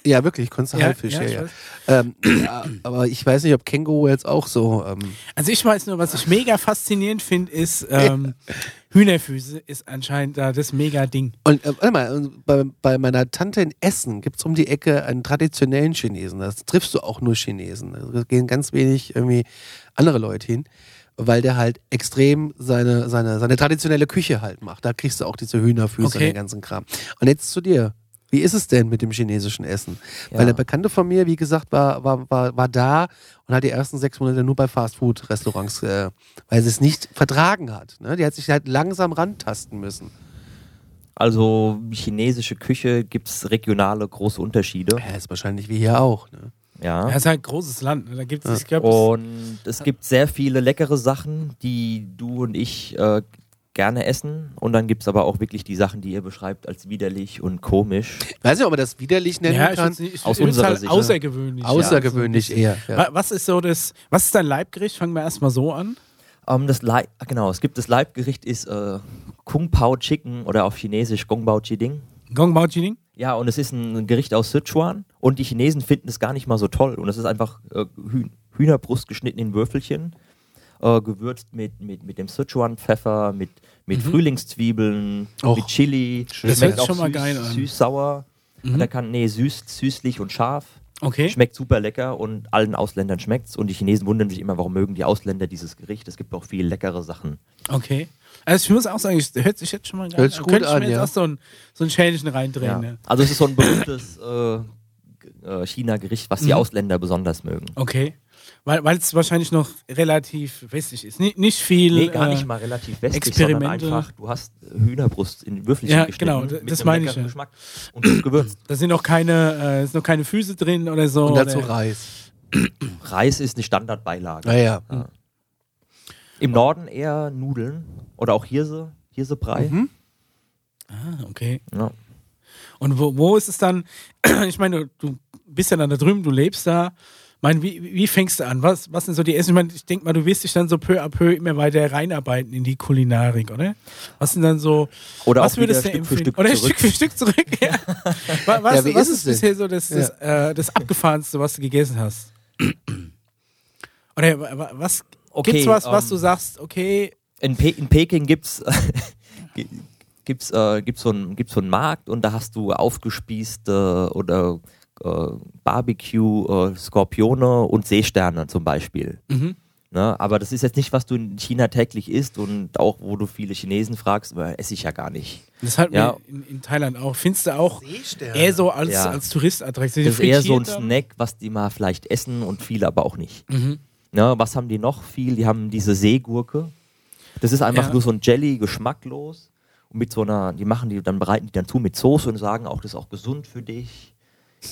Speaker 1: Ja, wirklich, konntest du
Speaker 2: Ja,
Speaker 1: Haifisch,
Speaker 2: ja,
Speaker 1: ja,
Speaker 2: ich
Speaker 1: ja.
Speaker 2: weiß.
Speaker 1: Ähm, ja, aber ich weiß nicht, ob Känguru jetzt auch so. Ähm,
Speaker 2: gehen. Also ich weiß nur, was ich mega faszinierend finde, ist ähm, Hühnerfüße ist anscheinend da das mega Ding.
Speaker 1: Und äh, warte mal, und bei, bei meiner Tante in Essen gibt es um die Ecke einen traditionellen Chinesen. Das triffst du auch nur Chinesen. Da gehen ganz wenig irgendwie andere Leute hin, weil der halt extrem seine, seine, seine traditionelle Küche halt macht. Da kriegst du auch diese Hühnerfüße
Speaker 2: Okay.
Speaker 1: und den ganzen Kram. Und jetzt zu dir. Wie ist es denn mit dem chinesischen Essen?
Speaker 3: Ja.
Speaker 1: Weil eine Bekannte von mir, wie gesagt, war, war, war, war da und hat die ersten sechs Monate nur bei Fastfood-Restaurants, äh, weil sie es nicht vertragen hat. Ne? Die hat sich halt langsam rantasten müssen.
Speaker 3: Also chinesische Küche gibt es regionale große Unterschiede.
Speaker 1: Ja, ist wahrscheinlich wie hier auch. Ne?
Speaker 3: Ja. Oh.
Speaker 2: Das ist halt ein großes Land. ne? Da gibt es, ich glaube,
Speaker 3: Und es gibt sehr viele leckere Sachen, die du und ich äh, gerne essen. Und dann gibt es aber auch wirklich die Sachen, die ihr beschreibt als widerlich und komisch.
Speaker 1: Weiß nicht, ob man das widerlich nennen
Speaker 2: ja, ich
Speaker 1: kann.
Speaker 2: würd's nicht- ich
Speaker 3: aus
Speaker 2: würd's
Speaker 3: unserer
Speaker 2: halt
Speaker 3: Sicht, ne?
Speaker 2: außergewöhnlich. ja.
Speaker 1: Außergewöhnlich eher. Ja.
Speaker 2: Wa- Was ist so das, was ist dein Leibgericht? Fangen wir erstmal so an.
Speaker 3: Ähm, das Lei ah, genau, es gibt das Leibgericht ist äh, Kung Pao Chicken oder auf Chinesisch Gong Bao Chi Ding.
Speaker 2: Gong Bao Jining?
Speaker 3: Ja, und es ist ein Gericht aus Sichuan und die Chinesen finden es gar nicht mal so toll. Und es ist einfach äh, Hüh Hühnerbrust geschnitten in Würfelchen, äh, gewürzt mit, mit, mit dem Sichuan-Pfeffer, mit, mit Frühlingszwiebeln,
Speaker 1: Och.
Speaker 3: mit Chili.
Speaker 2: Mhm. Das
Speaker 3: Schmeckt
Speaker 2: hört sich schon mal
Speaker 3: süß,
Speaker 2: geil an. Mhm.
Speaker 3: Süß-sauer. Da kann, nee, süß, süßlich und scharf.
Speaker 2: Okay.
Speaker 3: Schmeckt super lecker und allen Ausländern schmeckt's. Und die Chinesen wundern sich immer, warum mögen die Ausländer dieses Gericht. Es gibt auch viel leckere Sachen.
Speaker 2: Okay. Also ich muss auch sagen, es hört sich jetzt schon mal geil
Speaker 1: Hört sich gut
Speaker 2: Könnte ich
Speaker 1: an,
Speaker 2: mir jetzt
Speaker 1: ja.
Speaker 2: auch so ein, so ein Schälchen reindrehen.
Speaker 3: Ja.
Speaker 2: Ne?
Speaker 3: Also es ist so ein berühmtes äh, G- äh, China-Gericht,
Speaker 2: Mhm.
Speaker 3: was die Ausländer besonders mögen.
Speaker 2: Okay. Weil weil es wahrscheinlich noch relativ westlich ist. Nicht, nicht viel.
Speaker 3: Nee, gar
Speaker 2: äh,
Speaker 3: nicht mal relativ westlich,
Speaker 2: Experimente.
Speaker 3: sondern einfach, du hast äh, Hühnerbrust in Würfelchen
Speaker 2: Ja,
Speaker 3: geschnitten.
Speaker 2: genau,
Speaker 3: mit
Speaker 2: das
Speaker 3: einem
Speaker 2: meine ich,
Speaker 3: leckeren
Speaker 2: ja.
Speaker 3: Geschmack und gut gewürzt.
Speaker 2: Da sind noch keine, äh, ist noch keine Füße drin oder so.
Speaker 1: Und dazu
Speaker 2: oder,
Speaker 1: Reis.
Speaker 3: Reis ist eine Standardbeilage.
Speaker 1: Naja.
Speaker 3: Im Norden eher Nudeln oder auch Hirse, Hirsebrei.
Speaker 2: Mhm. ah, okay.
Speaker 3: Ja.
Speaker 2: Und wo, wo ist es dann? Ich meine, du bist ja dann da drüben, du lebst da. Ich meine, wie, wie fängst du an? Was, was sind so die Essen? Ich meine, ich denke mal, du wirst dich dann so peu à peu immer weiter reinarbeiten in die Kulinarik, oder? Was sind dann so.
Speaker 3: Oder
Speaker 2: was
Speaker 3: auch wieder
Speaker 2: du
Speaker 3: Stück für
Speaker 2: empfehlen?
Speaker 3: Stück
Speaker 2: Oder
Speaker 3: zurück.
Speaker 2: Stück für Stück zurück, ja. Wa- Was,
Speaker 1: Ja, wie
Speaker 2: was
Speaker 1: ist
Speaker 2: ist,
Speaker 1: es denn?
Speaker 2: bisher so das, das, äh, das Abgefahrenste, was du gegessen hast? Oder wa- wa- was.
Speaker 3: Okay,
Speaker 2: Gibt's was, was
Speaker 3: ähm,
Speaker 2: du sagst, okay,
Speaker 3: In, Pe in Peking gibt's gi- gibt's äh, gibt's so einen gibt's so einen Markt und da hast du aufgespießte oder äh, Barbecue äh, Skorpione und Seesterne zum Beispiel. Ne? Aber das ist jetzt nicht, was du in China täglich isst und auch wo du viele Chinesen fragst, aber esse ich ja gar nicht.
Speaker 2: das hat
Speaker 3: Ja.
Speaker 2: mir in, in Thailand auch, findest du auch
Speaker 1: Seesterne.
Speaker 2: eher so als,
Speaker 3: Ja.
Speaker 2: als Touristattraktion.
Speaker 3: Das ist eher so ein
Speaker 2: Frittiert dann?
Speaker 3: Snack, was die mal vielleicht essen und viele aber auch nicht. Ne, was haben die noch viel? Die haben diese Seegurke. Das ist einfach
Speaker 2: Ja.
Speaker 3: nur so ein Jelly, geschmacklos. Und mit so einer, die machen die, dann bereiten die dann zu mit Soße und sagen auch, das ist auch gesund für dich.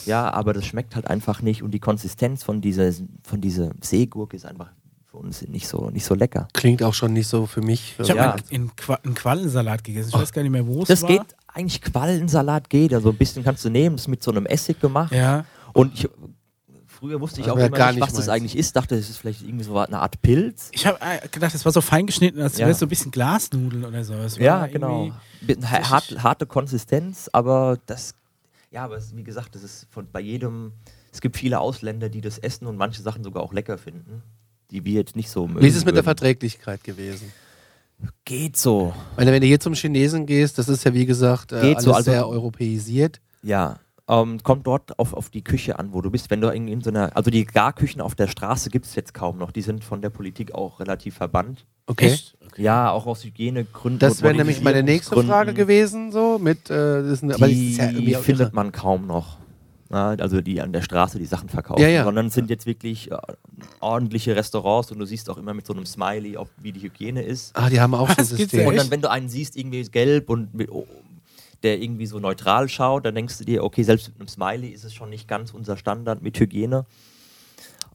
Speaker 3: Ja, aber das schmeckt halt einfach nicht. Und die Konsistenz von dieser, von dieser Seegurke ist einfach und sind nicht so, nicht so lecker.
Speaker 1: Klingt auch schon nicht so für mich.
Speaker 2: Ich habe
Speaker 3: Ja. Oh,
Speaker 2: einen, Qua einen Quallensalat gegessen. Ich weiß gar nicht mehr, wo es
Speaker 3: Das
Speaker 2: war.
Speaker 3: geht eigentlich, Quallensalat geht, also ein bisschen kannst du nehmen, ist mit so einem Essig gemacht.
Speaker 2: Ja.
Speaker 3: Und ich, früher wusste ich
Speaker 1: Ja,
Speaker 3: auch
Speaker 1: Also gar
Speaker 3: immer nicht,
Speaker 1: nicht
Speaker 3: was das
Speaker 1: meins.
Speaker 3: eigentlich ist. Dachte, es ist vielleicht irgendwie so eine Art Pilz.
Speaker 2: Ich habe gedacht, das war so fein geschnitten, als
Speaker 3: Ja.
Speaker 2: wäre es so ein bisschen Glasnudeln oder so. Es war
Speaker 3: Ja,
Speaker 2: irgendwie-
Speaker 3: genau. Mit einer hart, harte Konsistenz, aber das, ja, aber es, wie gesagt, das ist von, bei jedem, es gibt viele Ausländer, die das essen und manche Sachen sogar auch lecker finden, die wir jetzt nicht so mögen.
Speaker 1: Wie ist es mit der
Speaker 3: würden.
Speaker 1: Verträglichkeit gewesen?
Speaker 3: Geht so.
Speaker 1: Ich Meine, wenn du hier zum Chinesen gehst, das ist ja wie gesagt äh,
Speaker 3: Geht
Speaker 1: alles
Speaker 3: so, also-
Speaker 1: sehr europäisiert.
Speaker 3: Ja. Ähm, kommt dort auf, auf die Küche an, wo du bist. Wenn du in, in so einer, also die Garküchen auf der Straße gibt es jetzt kaum noch. Die sind von der Politik auch relativ verbannt.
Speaker 1: Okay.
Speaker 2: Echt?
Speaker 3: Ja, auch aus Hygienegründen.
Speaker 1: Das
Speaker 3: und
Speaker 1: wäre nämlich meine nächste Frage gewesen,
Speaker 3: Modernisierungsgründen.
Speaker 1: so mit äh, das ist eine, aber das
Speaker 3: die
Speaker 1: ist ja irgendwie auch
Speaker 3: findet
Speaker 1: irre.
Speaker 3: man kaum noch. Na, also die an der Straße die Sachen verkaufen,
Speaker 1: Ja, ja.
Speaker 3: sondern es sind jetzt wirklich äh, ordentliche Restaurants und du siehst auch immer mit so einem Smiley, ob, wie die Hygiene ist.
Speaker 1: Ah, die haben auch so ein
Speaker 2: Was? Gibt's ja
Speaker 1: System.
Speaker 3: Und
Speaker 2: echt?
Speaker 3: dann, wenn du einen siehst, irgendwie ist gelb und mit, oh, der irgendwie so neutral schaut, dann denkst du dir, okay, selbst mit einem Smiley ist es schon nicht ganz unser Standard mit Hygiene.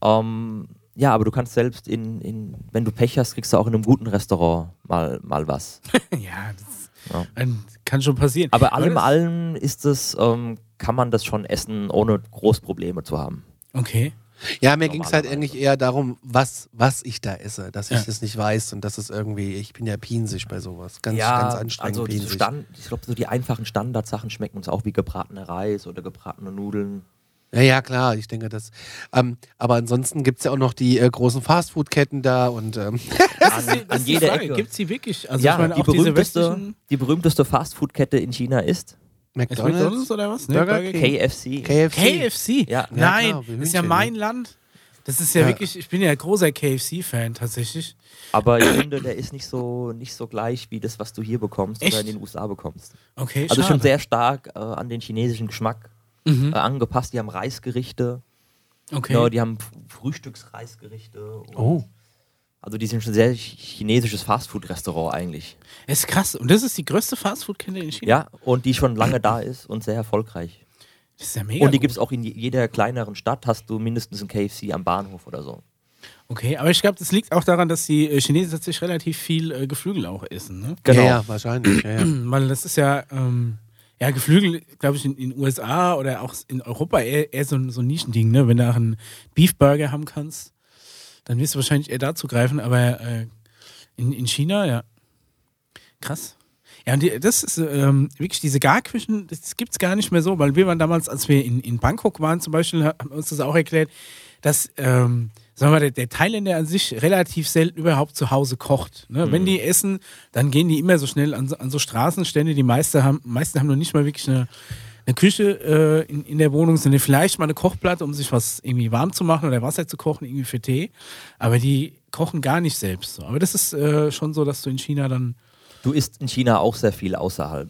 Speaker 3: Ähm, ja, aber du kannst selbst in, in, wenn du Pech hast, kriegst du auch in einem guten Restaurant mal, mal was.
Speaker 2: Ja, das
Speaker 3: Ja.
Speaker 2: ähm, kann schon passieren.
Speaker 3: Aber allem
Speaker 2: das-
Speaker 3: allem ist es, ähm, kann man das schon essen, ohne groß Probleme zu haben.
Speaker 2: Okay.
Speaker 1: Ja, mir ging es halt
Speaker 3: Normalerweise.
Speaker 1: eigentlich eher darum, was, was ich da esse, dass ich
Speaker 2: Ja.
Speaker 1: das nicht weiß und dass es irgendwie, ich bin ja pinsig bei sowas. Ganz, ganz anstrengend
Speaker 3: also die
Speaker 1: pinsig.
Speaker 3: Stand, ich glaube, so die einfachen Standardsachen schmecken uns auch wie gebratener Reis oder gebratene Nudeln.
Speaker 1: Ja, ja, klar, ich denke das. Ähm, aber ansonsten gibt es ja auch noch die äh, großen Fastfood-Ketten da und ähm,
Speaker 3: An, an jeder Ecke.
Speaker 2: Gibt es die wirklich? Also
Speaker 3: ja,
Speaker 2: ich meine,
Speaker 3: die,
Speaker 2: auch diese
Speaker 3: berühmteste,
Speaker 2: westlichen
Speaker 3: die berühmteste Fastfood-Kette in China ist
Speaker 2: Ist
Speaker 1: McDonalds,
Speaker 2: McDonalds oder was? ne?
Speaker 1: Burger
Speaker 2: King.
Speaker 3: KFC.
Speaker 1: KFC.
Speaker 2: KFC?
Speaker 3: Ja.
Speaker 2: Nein,
Speaker 1: Ja, klar,
Speaker 2: das ist ja
Speaker 1: Hühnchen,
Speaker 2: mein
Speaker 1: ne?
Speaker 2: Land. Das ist ja,
Speaker 1: Ja.
Speaker 2: wirklich, ich bin ja großer KFC-Fan tatsächlich.
Speaker 3: Aber ich finde, der ist nicht so, nicht so gleich wie das, was du hier bekommst
Speaker 2: Echt?
Speaker 3: oder in den USA bekommst.
Speaker 2: Okay,
Speaker 3: Also
Speaker 2: schade. Mhm.
Speaker 3: schon sehr stark äh, an den chinesischen Geschmack äh, angepasst. Die haben Reisgerichte.
Speaker 2: okay.
Speaker 3: Genau, die haben F- Frühstücksreisgerichte. und-
Speaker 1: Oh.
Speaker 3: Also die sind schon sehr ch- chinesisches Fastfood-Restaurant eigentlich.
Speaker 2: ist krass. Und das ist die größte Fastfood-Kette in China?
Speaker 3: Ja, und die schon lange da ist und sehr erfolgreich.
Speaker 2: Das ist ja mega
Speaker 3: und die
Speaker 2: gut.
Speaker 3: gibt es auch in je- jeder kleineren Stadt, hast du mindestens ein KFC am Bahnhof oder so.
Speaker 2: Okay, aber ich glaube, das liegt auch daran, dass die äh, Chinesen tatsächlich relativ viel äh, Geflügel auch essen. Ne?
Speaker 1: Ja,
Speaker 3: genau.
Speaker 1: ja, wahrscheinlich. Ja, ja.
Speaker 2: Weil das ist ja, ähm, ja, Geflügel, glaube ich, in den USA oder auch in Europa eher, eher so, ein- so ein Nischending, ne? Wenn du auch einen Beefburger haben kannst, dann wirst du wahrscheinlich eher dazu greifen, aber äh, in, in China, ja. Krass. Ja, und die, das ist ähm, wirklich diese Garküchen, das gibt es gar nicht mehr so, weil wir waren damals, als wir in, in Bangkok waren zum Beispiel, haben uns das auch erklärt, dass, ähm, sagen wir mal, der, der Thailänder an sich relativ selten überhaupt zu Hause kocht. Ne? Wenn die essen, dann gehen die immer so schnell an, so- an so Straßenstände. Die meisten haben, meisten haben noch nicht mal wirklich eine, eine Küche äh, in, in der Wohnung, sondern vielleicht mal eine Kochplatte, um sich was irgendwie warm zu machen oder Wasser zu kochen, irgendwie für Tee. Aber die kochen gar nicht selbst. So. Aber das ist äh, schon so, dass du in China dann
Speaker 3: Du isst in China auch sehr viel außerhalb.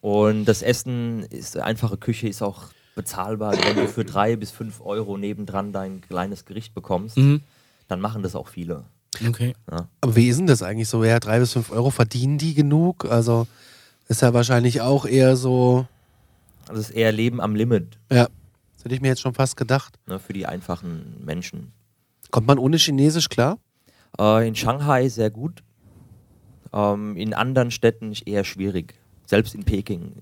Speaker 3: Und das Essen, ist einfache Küche ist auch bezahlbar. Wenn du für drei bis fünf Euro nebendran dein kleines Gericht bekommst, dann machen das auch viele.
Speaker 2: Okay.
Speaker 1: Aber wie ist denn das eigentlich so? Ja, drei bis fünf Euro verdienen die genug? Also ist ja wahrscheinlich auch eher so,
Speaker 3: Also es ist eher Leben am Limit
Speaker 1: ja, das hätte ich mir jetzt schon fast gedacht.
Speaker 3: ne, für die einfachen Menschen.
Speaker 1: Kommt man ohne Chinesisch klar?
Speaker 3: Äh, in Shanghai sehr gut. Ähm, in anderen Städten eher schwierig. Selbst in Peking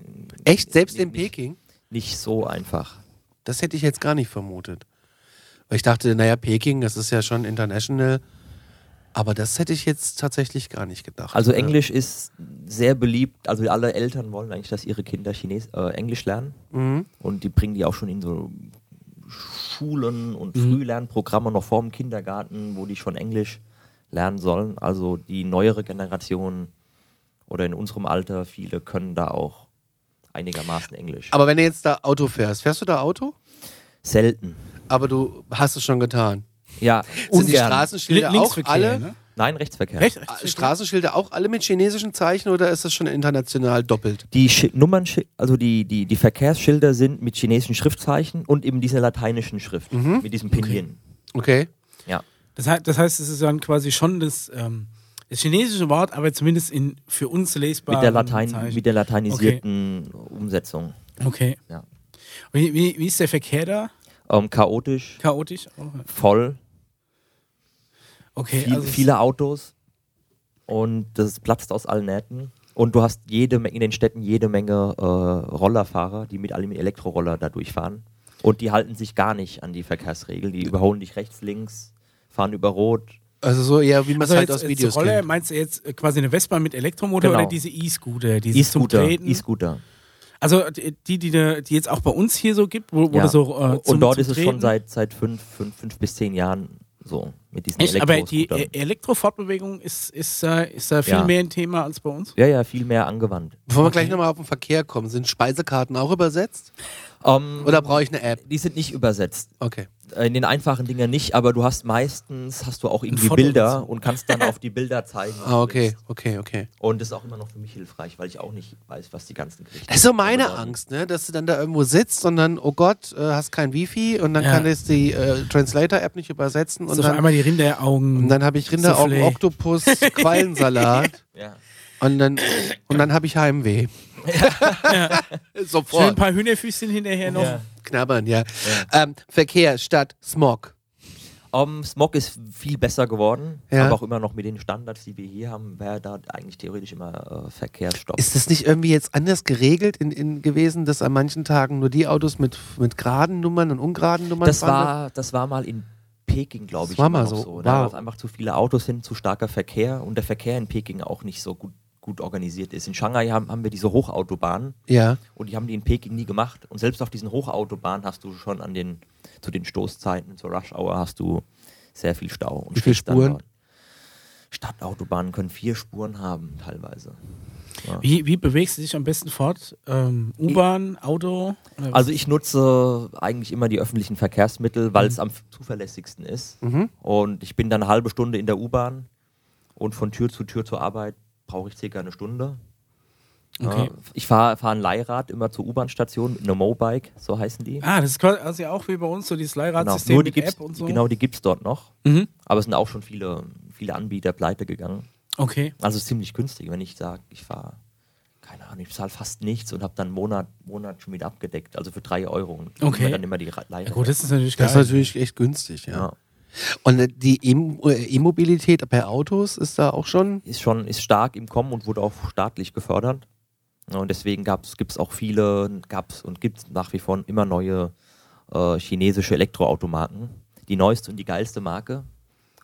Speaker 1: Echt? Selbst in
Speaker 3: Nicht-
Speaker 1: Peking?
Speaker 3: nicht so einfach.
Speaker 1: Das hätte ich jetzt gar nicht vermutet. Weil ich dachte, naja, Peking, das ist ja schon international. Aber das hätte ich jetzt tatsächlich gar nicht gedacht.
Speaker 3: Also
Speaker 1: Ja.
Speaker 3: Englisch ist sehr beliebt. Also alle Eltern wollen eigentlich, dass ihre Kinder Chines äh, Englisch lernen.
Speaker 1: Mhm.
Speaker 3: Und die bringen die auch schon in so Schulen
Speaker 1: Mhm.
Speaker 3: und Frühlernprogramme noch vor dem Kindergarten, wo die schon Englisch lernen sollen. Also die neuere Generation oder in unserem Alter, viele können da auch einigermaßen Englisch.
Speaker 1: Aber wenn du jetzt da Auto fährst, fährst du da Auto?
Speaker 3: Selten.
Speaker 1: Aber du hast es schon getan.
Speaker 3: Ja,
Speaker 1: Sind die
Speaker 3: ungern.
Speaker 1: Straßenschilder
Speaker 2: Lin-
Speaker 1: auch
Speaker 2: Linksverkehr,
Speaker 1: alle?
Speaker 2: ne?
Speaker 3: Nein, Rechtsverkehr.
Speaker 2: Recht,
Speaker 1: äh,
Speaker 2: recht,
Speaker 1: Straßenschilder auch alle mit chinesischen Zeichen oder ist das schon international doppelt?
Speaker 3: Die Schi- Nummern, also die, die, die Verkehrsschilder sind mit chinesischen Schriftzeichen und eben dieser lateinischen Schrift, mit diesem Pinyin.
Speaker 1: Mhm. Okay.
Speaker 3: Ja.
Speaker 2: Das, heißt, das heißt, es ist dann quasi schon das, ähm, das chinesische Wort, aber zumindest in, für uns lesbar.
Speaker 3: Mit der, Latein, mit der lateinisierten Umsetzung.
Speaker 2: Okay.
Speaker 3: Ja.
Speaker 2: Wie, wie, wie ist der Verkehr da?
Speaker 3: Ähm, chaotisch,
Speaker 2: Chaotisch? Oh, ja.
Speaker 3: voll.
Speaker 2: Okay,
Speaker 3: viel,
Speaker 2: also es-
Speaker 3: viele Autos und das platzt aus allen Nähten. Und du hast jede, Me- in den Städten jede Menge äh, Rollerfahrer, die mit allem Elektroroller da durchfahren. Und die halten sich gar nicht an die Verkehrsregeln. Die überholen dich rechts, links, fahren über Rot.
Speaker 1: Also so eher, wie man es
Speaker 2: Also
Speaker 1: halt
Speaker 2: jetzt,
Speaker 1: aus
Speaker 2: jetzt
Speaker 1: Videos
Speaker 2: Roller,
Speaker 1: kennt.
Speaker 2: meinst du jetzt äh, quasi eine Vespa mit Elektromotor
Speaker 3: Genau.
Speaker 2: oder diese E-Scooter? Diese
Speaker 3: E-Scooter.
Speaker 2: zum Treten?
Speaker 3: E-Scooter.
Speaker 2: also die, die, die, die jetzt auch bei uns hier so gibt, wo, wo
Speaker 3: Ja.
Speaker 2: du so äh, zum,
Speaker 3: und dort
Speaker 2: zum
Speaker 3: ist es
Speaker 2: Treten.
Speaker 3: schon seit, seit fünf, fünf, fünf bis zehn Jahren so mit diesen
Speaker 2: Echt, aber die
Speaker 3: Elektroscootern.
Speaker 2: E- Elektrofortbewegung ist, ist, äh, ist da viel
Speaker 3: Ja.
Speaker 2: mehr ein Thema als bei uns.
Speaker 3: Ja, ja, viel mehr angewandt.
Speaker 1: Bevor wir gleich nochmal auf den Verkehr kommen, sind Speisekarten auch übersetzt?
Speaker 3: Ähm,
Speaker 1: Oder brauche ich eine App?
Speaker 3: die sind nicht übersetzt.
Speaker 1: Okay.
Speaker 3: in den einfachen Dingen nicht, aber du hast meistens hast du auch irgendwie
Speaker 2: Foto
Speaker 3: Bilder
Speaker 2: dazu.
Speaker 3: und kannst dann auf die Bilder zeigen. was
Speaker 1: Ah,
Speaker 3: du
Speaker 1: okay,
Speaker 3: willst.
Speaker 1: okay, okay.
Speaker 3: Und das ist auch immer noch für mich hilfreich, weil ich auch nicht weiß, was die ganzen Gerichte.
Speaker 1: Das ist so meine
Speaker 3: bedeuten.
Speaker 1: Angst, ne? dass du dann da irgendwo sitzt und dann, oh Gott, äh, hast kein Wifi und dann
Speaker 2: Ja.
Speaker 1: kann jetzt die äh, Translator-App nicht übersetzen und
Speaker 2: so auf
Speaker 1: dann,
Speaker 2: einmal die Rinderaugen.
Speaker 1: und dann habe ich Rinderaugen,
Speaker 2: Soufflé.
Speaker 1: Oktopus, Quallensalat
Speaker 3: Ja.
Speaker 1: und dann, und dann habe ich Heimweh.
Speaker 2: Schön ein
Speaker 1: Sofort.
Speaker 2: paar Hühnerfüßchen hinterher noch.
Speaker 3: Ja.
Speaker 1: Knabbern, ja. Ähm, Verkehr statt Smog.
Speaker 3: Ähm, Smog ist viel besser geworden,
Speaker 1: Ja.
Speaker 3: aber auch immer noch mit den Standards, die wir hier haben, wäre da eigentlich theoretisch immer äh, Verkehrsstopp.
Speaker 1: Ist das nicht irgendwie jetzt anders geregelt in, in gewesen, dass an manchen Tagen nur die Autos mit, mit geraden Nummern und ungeraden Nummern
Speaker 3: das
Speaker 1: fahren
Speaker 3: war, das war mal in Peking, glaube
Speaker 1: Das
Speaker 3: ich,
Speaker 1: war
Speaker 3: immer
Speaker 1: mal
Speaker 3: noch
Speaker 1: so.
Speaker 3: Da
Speaker 1: Wow.
Speaker 3: war es einfach zu viele Autos hin, zu starker Verkehr und der Verkehr in Peking auch nicht so gut, gut organisiert ist. In Shanghai haben, haben wir diese Hochautobahnen.
Speaker 1: dürfen? Ja.
Speaker 3: Und die haben die in Peking nie gemacht. Und selbst auf diesen Hochautobahnen hast du schon an den, zu den Stoßzeiten, zur Rush Hour hast du sehr viel Stau. Und
Speaker 1: Wie viele
Speaker 3: stehst dann
Speaker 1: Spuren?
Speaker 3: dort. Stadtautobahnen können vier Spuren haben, teilweise.
Speaker 2: Wie, wie bewegst du dich am besten fort? Ähm, U-Bahn, Auto? Äh, Oder was?
Speaker 3: Also ich nutze eigentlich immer die öffentlichen Verkehrsmittel, weil
Speaker 2: Mhm.
Speaker 3: es am f- zuverlässigsten ist.
Speaker 1: mhm.
Speaker 3: Und ich bin dann eine halbe Stunde in der U-Bahn und von Tür zu Tür zur Arbeit brauche ich circa eine Stunde.
Speaker 2: Okay.
Speaker 3: Ja, ich fahre fahr ein Leihrad immer zur U-Bahn-Station mit einem Mobike, so heißen die.
Speaker 2: ah, das ist quasi also auch wie bei uns so dieses
Speaker 3: Genau,
Speaker 2: Leihradsystem
Speaker 3: nur die
Speaker 2: mit
Speaker 3: gibt's,
Speaker 2: App und so.
Speaker 3: genau, die gibt's dort noch.
Speaker 2: Mhm.
Speaker 3: Aber es sind auch schon viele, viele Anbieter pleite gegangen.
Speaker 2: Okay.
Speaker 3: Also es ist ziemlich günstig, wenn ich sage, ich fahre, keine Ahnung, ich zahle fast nichts und habe dann einen Monat, Monat schon wieder abgedeckt. Also für drei Euro. Und
Speaker 2: Okay.
Speaker 3: kriegt man Dann immer die Ra- Leihräder.
Speaker 2: Ja, gut, das ist natürlich geil.
Speaker 1: Das ist natürlich echt günstig, ja.
Speaker 3: ja.
Speaker 1: Und äh, die E- äh, E-Mobilität bei Autos ist da auch schon.
Speaker 3: Ist schon ist stark im Kommen und wurde auch staatlich gefördert. Ja, Und deswegen gibt es auch viele, gab es und gibt es nach wie vor immer neue äh, chinesische Elektroautomarken. Die neueste und die geilste Marke,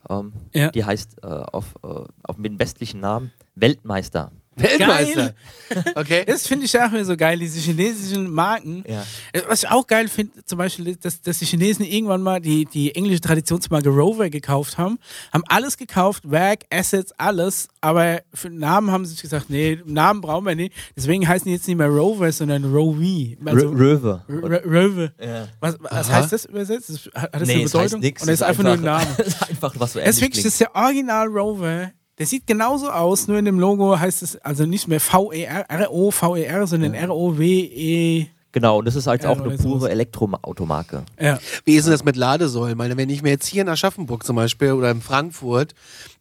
Speaker 3: ähm,
Speaker 2: Ja.
Speaker 3: die heißt äh, auf, äh, auf, mit dem westlichen Namen Weltmeister.
Speaker 1: Weltmeister. Okay.
Speaker 2: Das finde ich auch immer so geil, diese chinesischen Marken.
Speaker 3: Ja.
Speaker 2: Äh, Was ich auch geil finde, zum Beispiel, dass, dass die Chinesen irgendwann mal die, die englische Traditionsmarke Rover gekauft haben, haben alles gekauft, Werk, Assets, alles, aber für den Namen haben sie sich gesagt, nee, Namen brauchen wir nicht. Deswegen heißen die jetzt nicht mehr Rover, sondern Rovi. Also,
Speaker 3: Rö- Röwe.
Speaker 2: R- R- Rover.
Speaker 3: Ja.
Speaker 2: Was, was
Speaker 1: Aha.
Speaker 2: heißt das übersetzt? Das- Hat hat das
Speaker 3: Nee,
Speaker 2: eine
Speaker 3: es heißt
Speaker 2: Bedeutung?
Speaker 3: nichts.
Speaker 2: Und das ist einfach nur ein Name.
Speaker 3: Es ist einfach was so
Speaker 2: Das ist
Speaker 3: ähnlich
Speaker 2: wirklich, das
Speaker 3: klingt.
Speaker 2: ist der Original Rover. Der sieht genauso aus, nur in dem Logo heißt es also nicht mehr V-E-R-O-V-E-R, E sondern R-O-W-E.
Speaker 3: Genau, und das ist halt
Speaker 2: Ja,
Speaker 3: auch
Speaker 2: oder
Speaker 3: eine
Speaker 2: sowas.
Speaker 3: pure Elektroautomarke.
Speaker 2: Ja.
Speaker 1: Wie ist denn das mit Ladesäulen? Meine, wenn ich mir jetzt hier in Aschaffenburg zum Beispiel oder in Frankfurt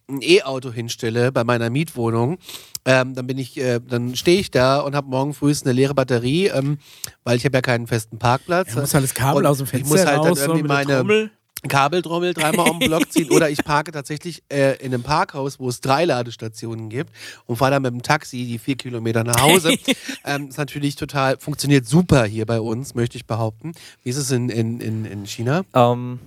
Speaker 1: ein E-Auto hinstelle bei meiner Mietwohnung, ähm, dann bin ich, äh, dann stehe ich da und habe morgen frühest eine leere Batterie, ähm, weil ich habe ja keinen festen Parkplatz. Äh,
Speaker 2: Du musst halt das Kabel
Speaker 1: Und
Speaker 2: aus dem
Speaker 1: Ich
Speaker 2: Fenster
Speaker 1: muss halt
Speaker 2: raus,
Speaker 1: dann
Speaker 2: so
Speaker 1: irgendwie
Speaker 2: mit der
Speaker 1: meine
Speaker 2: Trommel.
Speaker 1: Kabeltrommel dreimal um den Block ziehen oder ich parke tatsächlich äh, in einem Parkhaus, wo es drei Ladestationen gibt und fahre dann mit dem Taxi die vier Kilometer nach Hause. ähm, ist natürlich total, funktioniert super hier bei uns, möchte ich behaupten. Wie ist es in, in, in, in China?
Speaker 3: Ähm,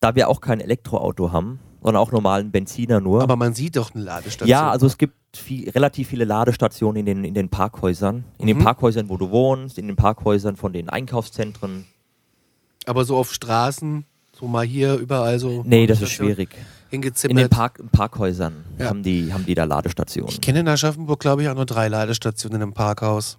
Speaker 3: da wir auch kein Elektroauto haben, sondern auch normalen Benziner nur.
Speaker 1: Aber man sieht doch eine Ladestation.
Speaker 3: ja, also es gibt viel, relativ viele Ladestationen in den, in den Parkhäusern. In den Parkhäusern, wo du wohnst, in den Parkhäusern von den Einkaufszentren. also-
Speaker 1: Aber so auf Straßen, so mal hier, überall so.
Speaker 3: Nee, das ist
Speaker 1: Station
Speaker 3: schwierig.
Speaker 1: Hingezimmert.
Speaker 3: In den Park, Parkhäusern
Speaker 1: Ja.
Speaker 3: haben, die, haben die da Ladestationen.
Speaker 1: ich kenne in Aschaffenburg, glaube ich, auch nur drei Ladestationen im Parkhaus.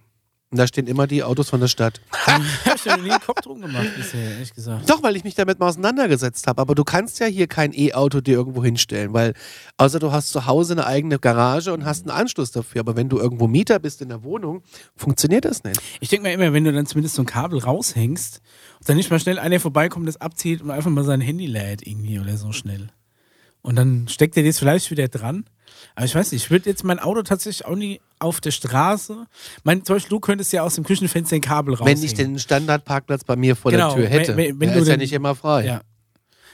Speaker 1: Und da stehen immer die Autos von der Stadt.
Speaker 2: Ich hab schon nie einen Kopf drum gemacht bisher, ehrlich gesagt.
Speaker 1: Doch, weil ich mich damit mal auseinandergesetzt habe. Aber du kannst ja hier kein E-Auto dir irgendwo hinstellen, weil außer du hast zu Hause eine eigene Garage und hast einen Anschluss dafür. Aber wenn du irgendwo Mieter bist in der Wohnung, funktioniert das nicht.
Speaker 2: Ich denke mir immer, wenn du dann zumindest so ein Kabel raushängst und dann nicht mal schnell einer vorbeikommt, das abzieht und einfach mal sein Handy lädt irgendwie oder so schnell. Und dann steckt er das vielleicht wieder dran. Aber ich weiß nicht, ich würde jetzt mein Auto tatsächlich auch nie auf der Straße. Mein, zum Beispiel, du könntest ja aus dem Küchenfenster ein Kabel raushängen.
Speaker 1: Wenn ich den Standardparkplatz bei mir vor
Speaker 2: Genau,
Speaker 1: der Tür hätte,
Speaker 2: wenn- wenn- wenn
Speaker 1: der
Speaker 2: du
Speaker 1: ist ja
Speaker 2: den-
Speaker 1: nicht immer frei.
Speaker 2: Ja.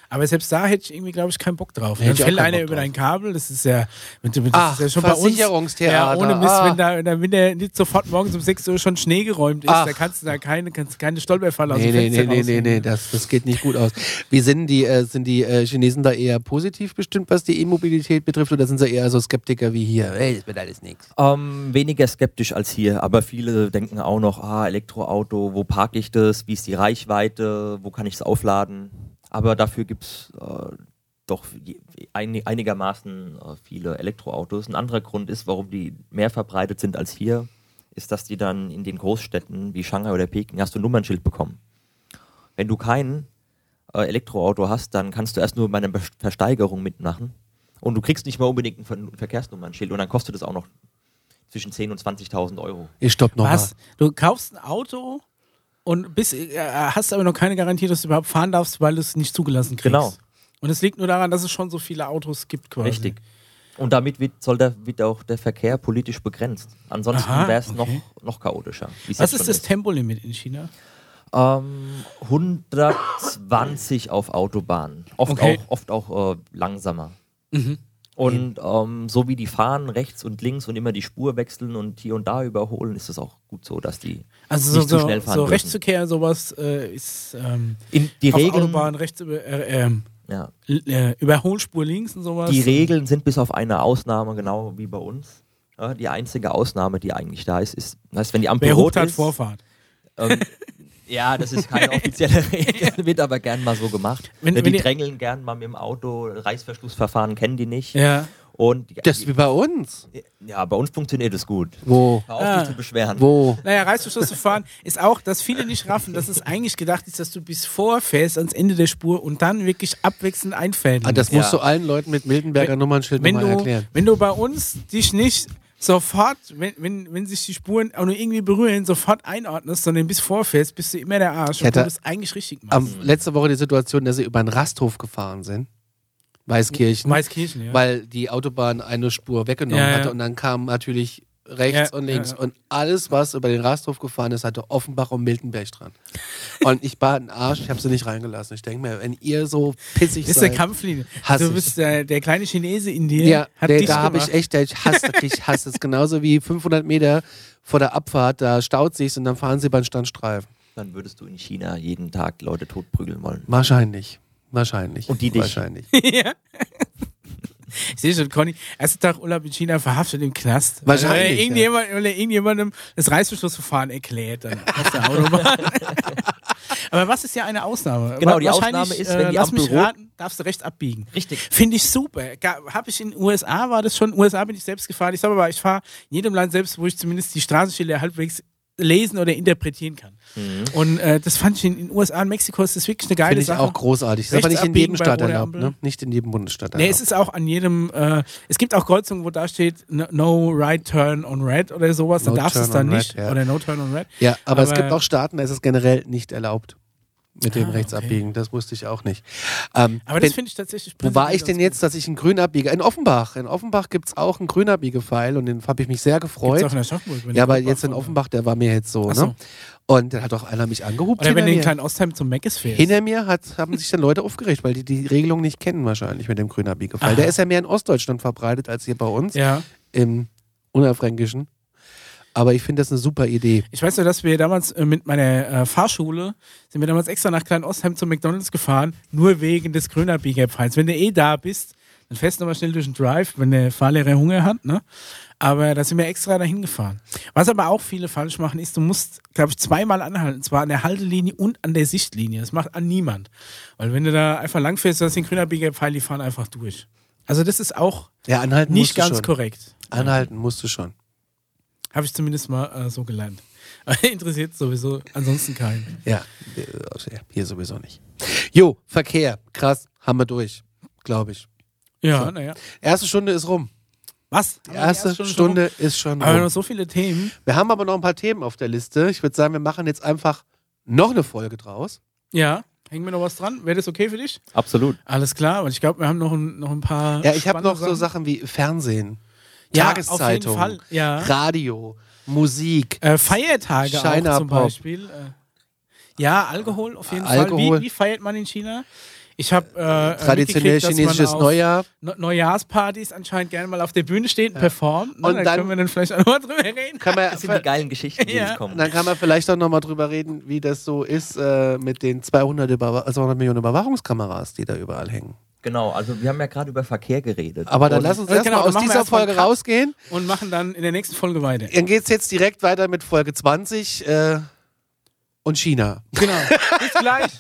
Speaker 2: Aber selbst da hätte ich irgendwie, glaube ich, keinen Bock drauf.
Speaker 1: Hätte
Speaker 2: Dann
Speaker 1: ich auch
Speaker 2: fällt
Speaker 1: keinen
Speaker 2: einer
Speaker 1: Bock
Speaker 2: über
Speaker 1: drauf.
Speaker 2: dein Kabel, das ist ja, wenn du- das
Speaker 1: Ach,
Speaker 2: ist ja schon bei uns.
Speaker 1: Versicherungstheater,
Speaker 2: Ja, ohne Mist,
Speaker 1: ah.
Speaker 2: wenn da, wenn der, wenn der nicht sofort morgens um 6 Uhr schon Schnee geräumt ist,
Speaker 1: Ach.
Speaker 2: da kannst du da keine, kannst keine Stolperfalle aus
Speaker 1: Nee,
Speaker 2: dem
Speaker 1: nee, nee,
Speaker 2: Fenster
Speaker 1: nee, nee,
Speaker 2: rausnehmen.
Speaker 1: nee, das, das geht nicht gut aus. Wie sind die, äh, sind die äh, Chinesen da eher positiv bestimmt, was die E-Mobilität betrifft, oder sind sie eher so Skeptiker wie hier? Ey, das wird alles nichts.
Speaker 3: Ähm, weniger skeptisch als hier, aber viele denken auch noch, ah, Elektroauto, wo parke ich das, wie ist die Reichweite, wo kann ich es aufladen. Aber dafür gibt es äh, doch je- einig, einigermaßen äh, viele Elektroautos. Ein anderer Grund ist, warum die mehr verbreitet sind als hier, ist, dass die dann in den Großstädten wie Shanghai oder Peking hast du ein Nummernschild bekommen. Wenn du kein äh, Elektroauto hast, dann kannst du erst nur bei einer Be- Versteigerung mitmachen. Und du kriegst nicht mal unbedingt ein Ver Verkehrsnummernschild und dann kostet es auch noch zwischen 10.000 und 20.000 Euro.
Speaker 1: Ich stopp nochmal.
Speaker 2: Was? Du kaufst ein Auto und bist, äh, hast aber noch keine Garantie, dass du überhaupt fahren darfst, weil du es nicht zugelassen kriegst.
Speaker 3: Genau.
Speaker 2: Und es liegt nur daran, dass es schon so viele Autos gibt quasi.
Speaker 3: Richtig. Und damit wird, soll der, wird auch der Verkehr politisch begrenzt. Ansonsten
Speaker 2: Aha,
Speaker 3: wäre es
Speaker 2: okay.
Speaker 3: noch, noch chaotischer. wie's
Speaker 2: Was
Speaker 3: jetzt
Speaker 2: ist
Speaker 3: schon
Speaker 2: das Tempolimit in China?
Speaker 3: Ähm, 120 auf Autobahnen. Oft
Speaker 2: Okay. Mhm.
Speaker 3: auch, oft auch äh, langsamer. Und ähm, so wie die fahren, rechts und links und immer die Spur wechseln und hier und da überholen, ist es auch gut so, dass die
Speaker 2: Also
Speaker 3: nicht
Speaker 2: so,
Speaker 3: zu
Speaker 2: so,
Speaker 3: schnell fahren
Speaker 2: so
Speaker 3: dürfen.
Speaker 2: Rechtsverkehr, sowas äh, ist ähm,
Speaker 3: In, die
Speaker 2: auf
Speaker 3: Regeln,
Speaker 2: Autobahn, rechts über, äh, ähm,
Speaker 3: ja,
Speaker 2: l- äh, Überholspur links und sowas.
Speaker 3: die Regeln sind bis auf eine Ausnahme genau wie bei uns. Ja, die einzige Ausnahme, die eigentlich da ist, ist, heißt, wenn die Ampel
Speaker 2: Wer halt
Speaker 3: rot
Speaker 2: hupt, hat
Speaker 3: ist.
Speaker 2: Vorfahrt.
Speaker 3: Ähm, ja, das ist keine offizielle Regel, wird aber gern mal so gemacht.
Speaker 2: Wenn-
Speaker 3: die
Speaker 2: wenn ihr-
Speaker 3: drängeln gern mal mit dem Auto, Reißverschlussverfahren kennen die nicht.
Speaker 2: Ja.
Speaker 3: Und die,
Speaker 1: Das ist wie bei uns.
Speaker 3: ja, bei uns funktioniert es gut.
Speaker 1: Wo?
Speaker 3: Hör auf,
Speaker 2: Ah.
Speaker 3: dich zu beschweren.
Speaker 1: Wo?
Speaker 2: Naja, Reißverschluss zu fahren ist auch, dass viele nicht raffen, dass es eigentlich gedacht ist, dass du bis vorfährst ans Ende der Spur und dann wirklich abwechselnd einfädeln.
Speaker 1: Ah, das
Speaker 3: Ja.
Speaker 1: musst du allen Leuten mit Mildenberger
Speaker 2: Wenn-
Speaker 1: Nummernschild
Speaker 2: wenn
Speaker 1: nochmal
Speaker 2: du,
Speaker 1: erklären.
Speaker 2: wenn du bei uns dich nicht sofort, wenn, wenn, wenn sich die Spuren auch nur irgendwie berühren, sofort einordnest, sondern bis vorfährst, bist du immer der Arsch, obwohl
Speaker 1: hätte-
Speaker 2: du es eigentlich richtig machst.
Speaker 1: Am, letzte Woche die Situation, dass sie über einen Rasthof gefahren sind. Weißkirchen.
Speaker 2: Weißkirchen, ja.
Speaker 1: Weil die Autobahn eine Spur weggenommen
Speaker 2: Ja, ja.
Speaker 1: hatte und dann kam natürlich rechts
Speaker 2: Ja,
Speaker 1: und links
Speaker 2: ja, ja.
Speaker 1: und alles, was über den Rasthof gefahren ist, hatte Offenbach und Miltenberg dran. und ich war ein Arsch, ich habe sie nicht reingelassen. Ich denke mir, wenn ihr so pissig
Speaker 2: Das ist
Speaker 1: seid.
Speaker 2: der Kampflinie.
Speaker 1: Hass
Speaker 2: du
Speaker 1: ich.
Speaker 2: bist der, der kleine Chinese in dir.
Speaker 1: Ja,
Speaker 2: hat
Speaker 1: der,
Speaker 2: dich
Speaker 1: da habe
Speaker 2: gemacht.
Speaker 1: ich echt, der- ich hasse, ich hasse es. Genauso wie 500 Meter vor der Abfahrt, da staut sich's und dann fahren sie beim Standstreifen.
Speaker 3: Dann würdest du in China jeden Tag Leute totprügeln wollen.
Speaker 1: Wahrscheinlich. Wahrscheinlich.
Speaker 3: Und die dich.
Speaker 1: Wahrscheinlich.
Speaker 2: Ich sehe schon, Conny, ersten Tag Urlaub in China verhaftet im Knast.
Speaker 1: Wahrscheinlich,
Speaker 2: Weil
Speaker 1: ja.
Speaker 2: irgendjemand, weil er irgendjemandem das Reißverschlussverfahren erklärt dann auf der Autobahn. Aber was ist ja eine Ausnahme?
Speaker 3: Genau, die
Speaker 2: Wahrscheinlich, äh,
Speaker 3: Ausnahme ist, wenn die
Speaker 2: lass
Speaker 3: Ampel
Speaker 2: mich
Speaker 3: rot-
Speaker 2: raten, darfst du rechts abbiegen.
Speaker 3: Richtig.
Speaker 2: Finde ich super. Habe ich in den USA, war das schon, USA bin ich selbst gefahren. Ich sage aber, ich fahre in jedem Land selbst, wo ich zumindest die Straßenschilder halbwegs lesen oder interpretieren kann.
Speaker 3: Mhm.
Speaker 2: Und äh, das fand ich in den USA und Mexiko ist das wirklich eine geile
Speaker 1: Finde ich
Speaker 2: Sache.
Speaker 1: auch großartig. Das ist aber
Speaker 2: Rechts
Speaker 1: nicht in
Speaker 2: abbiegen
Speaker 1: jedem
Speaker 2: bei
Speaker 1: Staat
Speaker 2: roter
Speaker 1: erlaubt,
Speaker 2: Ampel.
Speaker 1: ne? Nicht in jedem Bundesstaat
Speaker 2: Nee, es
Speaker 1: erlaubt.
Speaker 2: ist auch an jedem, äh, es gibt auch Kreuzungen, wo da steht n- No Right Turn on Red oder sowas, dann
Speaker 1: No
Speaker 2: darfst du es
Speaker 1: turn
Speaker 2: dann
Speaker 1: on
Speaker 2: nicht.
Speaker 1: red, ja.
Speaker 2: Oder No Turn on Red.
Speaker 1: Ja, aber, Ah, es
Speaker 2: aber-
Speaker 1: gibt auch Staaten, da ist es generell nicht erlaubt. Mit dem rechts abbiegen. Das wusste ich auch nicht. Ähm,
Speaker 2: Aber
Speaker 1: wenn-
Speaker 2: das finde ich tatsächlich.
Speaker 1: Wo war ich
Speaker 2: prinzipiell
Speaker 1: denn jetzt, dass ich einen Grün abbiege? In Offenbach. In Offenbach gibt es auch einen Grün abbiege-Pfeil und den habe ich mich sehr
Speaker 2: ganz gut.
Speaker 1: gefreut.
Speaker 2: Gibt's auch in der Schaffenburg, wenn
Speaker 1: Ja,
Speaker 2: du
Speaker 1: aber
Speaker 2: Gladbach
Speaker 1: jetzt in
Speaker 2: oder-
Speaker 1: Offenbach, der war mir jetzt so.
Speaker 2: Ach so.
Speaker 1: Ne? Und dann hat auch einer mich angehoben.
Speaker 2: Oder wenn du in
Speaker 1: mir.
Speaker 2: den kleinen Ostheim zum Meckes fährst.
Speaker 1: Hinter mir hat, haben sich dann Leute aufgeregt, weil die die Regelung nicht kennen wahrscheinlich mit dem Grüner Biegefall. Der ist ja mehr in Ostdeutschland verbreitet als hier bei uns
Speaker 2: ja.
Speaker 1: im Unerfränkischen. Aber ich finde das eine super Idee.
Speaker 2: Ich weiß nur, dass wir damals äh, mit meiner äh, Fahrschule sind wir damals extra nach Klein-Ostheim zum McDonalds gefahren, nur wegen des Gröner Biegerpreis. Wenn du eh da bist, dann fährst du nochmal schnell durch den Drive, wenn der Fahrlehrer Hunger hat, ne? Aber da sind wir extra dahin gefahren. Was aber auch viele falsch machen, ist, du musst, glaube ich, zweimal anhalten. Und zwar an der Haltelinie und an der Sichtlinie. Das macht an niemand. Weil wenn du da einfach langfährst, du hast den Grüner Biegerpfeil, die fahren einfach durch. Also das ist auch
Speaker 1: Ja, anhalten
Speaker 2: nicht
Speaker 1: musst du
Speaker 2: ganz
Speaker 1: schon.
Speaker 2: korrekt.
Speaker 1: Anhalten musst du schon.
Speaker 2: Habe ich zumindest mal äh, so gelernt. Interessiert sowieso ansonsten keinen.
Speaker 1: Ja, äh, hier sowieso nicht. Jo, Verkehr. Krass, haben wir durch, glaube ich.
Speaker 2: Ja, naja.
Speaker 1: Erste Stunde ist rum.
Speaker 2: Was?
Speaker 1: Die erste Stunde ist schon
Speaker 2: Aber noch
Speaker 1: rum.
Speaker 2: so viele Themen.
Speaker 1: Wir haben aber noch ein paar Themen auf der Liste. Ich würde sagen, wir machen jetzt einfach noch eine Folge draus.
Speaker 2: Ja. Hängen wir noch was dran? Wäre das okay für dich?
Speaker 3: Absolut.
Speaker 2: Alles klar, weil ich glaube, wir haben noch ein, noch ein paar.
Speaker 1: Ja, ich habe
Speaker 2: spannende
Speaker 1: noch so Sachen wie Fernsehen,
Speaker 2: Ja,
Speaker 1: Tageszeitung,
Speaker 2: Auf jeden Fall. Ja.
Speaker 1: Radio, Musik.
Speaker 2: Äh, Feiertage auch
Speaker 1: China
Speaker 2: zum
Speaker 1: Pop.
Speaker 2: Beispiel. Äh, ja, Alkohol auf jeden
Speaker 1: Alkohol.
Speaker 2: Fall. Wie, wie feiert man in China? Ich habe äh,
Speaker 1: Traditionell
Speaker 2: mitgekriegt, dass man
Speaker 1: chinesisches
Speaker 2: auf
Speaker 1: Neujahr.
Speaker 2: Neu- Neujahrspartys anscheinend gerne mal auf der Bühne steht und performt. Ne?
Speaker 1: Und
Speaker 2: da
Speaker 1: dann-
Speaker 2: können wir dann vielleicht auch nochmal drüber reden.
Speaker 1: Kann man,
Speaker 3: Das sind die geilen Geschichten, die
Speaker 2: Ja.
Speaker 3: nicht kommen.
Speaker 1: dann kann man vielleicht auch nochmal drüber reden, wie das so ist äh, mit den 200, Überwa 200 Millionen Überwachungskameras, die da überall hängen.
Speaker 3: Genau, also wir haben ja gerade über Verkehr geredet.
Speaker 1: Aber dann
Speaker 3: Und-
Speaker 1: lass uns
Speaker 2: Also
Speaker 1: erstmal
Speaker 2: genau, dann
Speaker 1: aus
Speaker 2: machen wir
Speaker 1: dieser
Speaker 2: erstmal einen
Speaker 1: Folge
Speaker 2: Cut.
Speaker 1: rausgehen.
Speaker 2: Und machen dann in der nächsten Folge weiter.
Speaker 1: Dann geht es jetzt direkt weiter mit Folge 20 äh, und China.
Speaker 2: Genau. Bis gleich.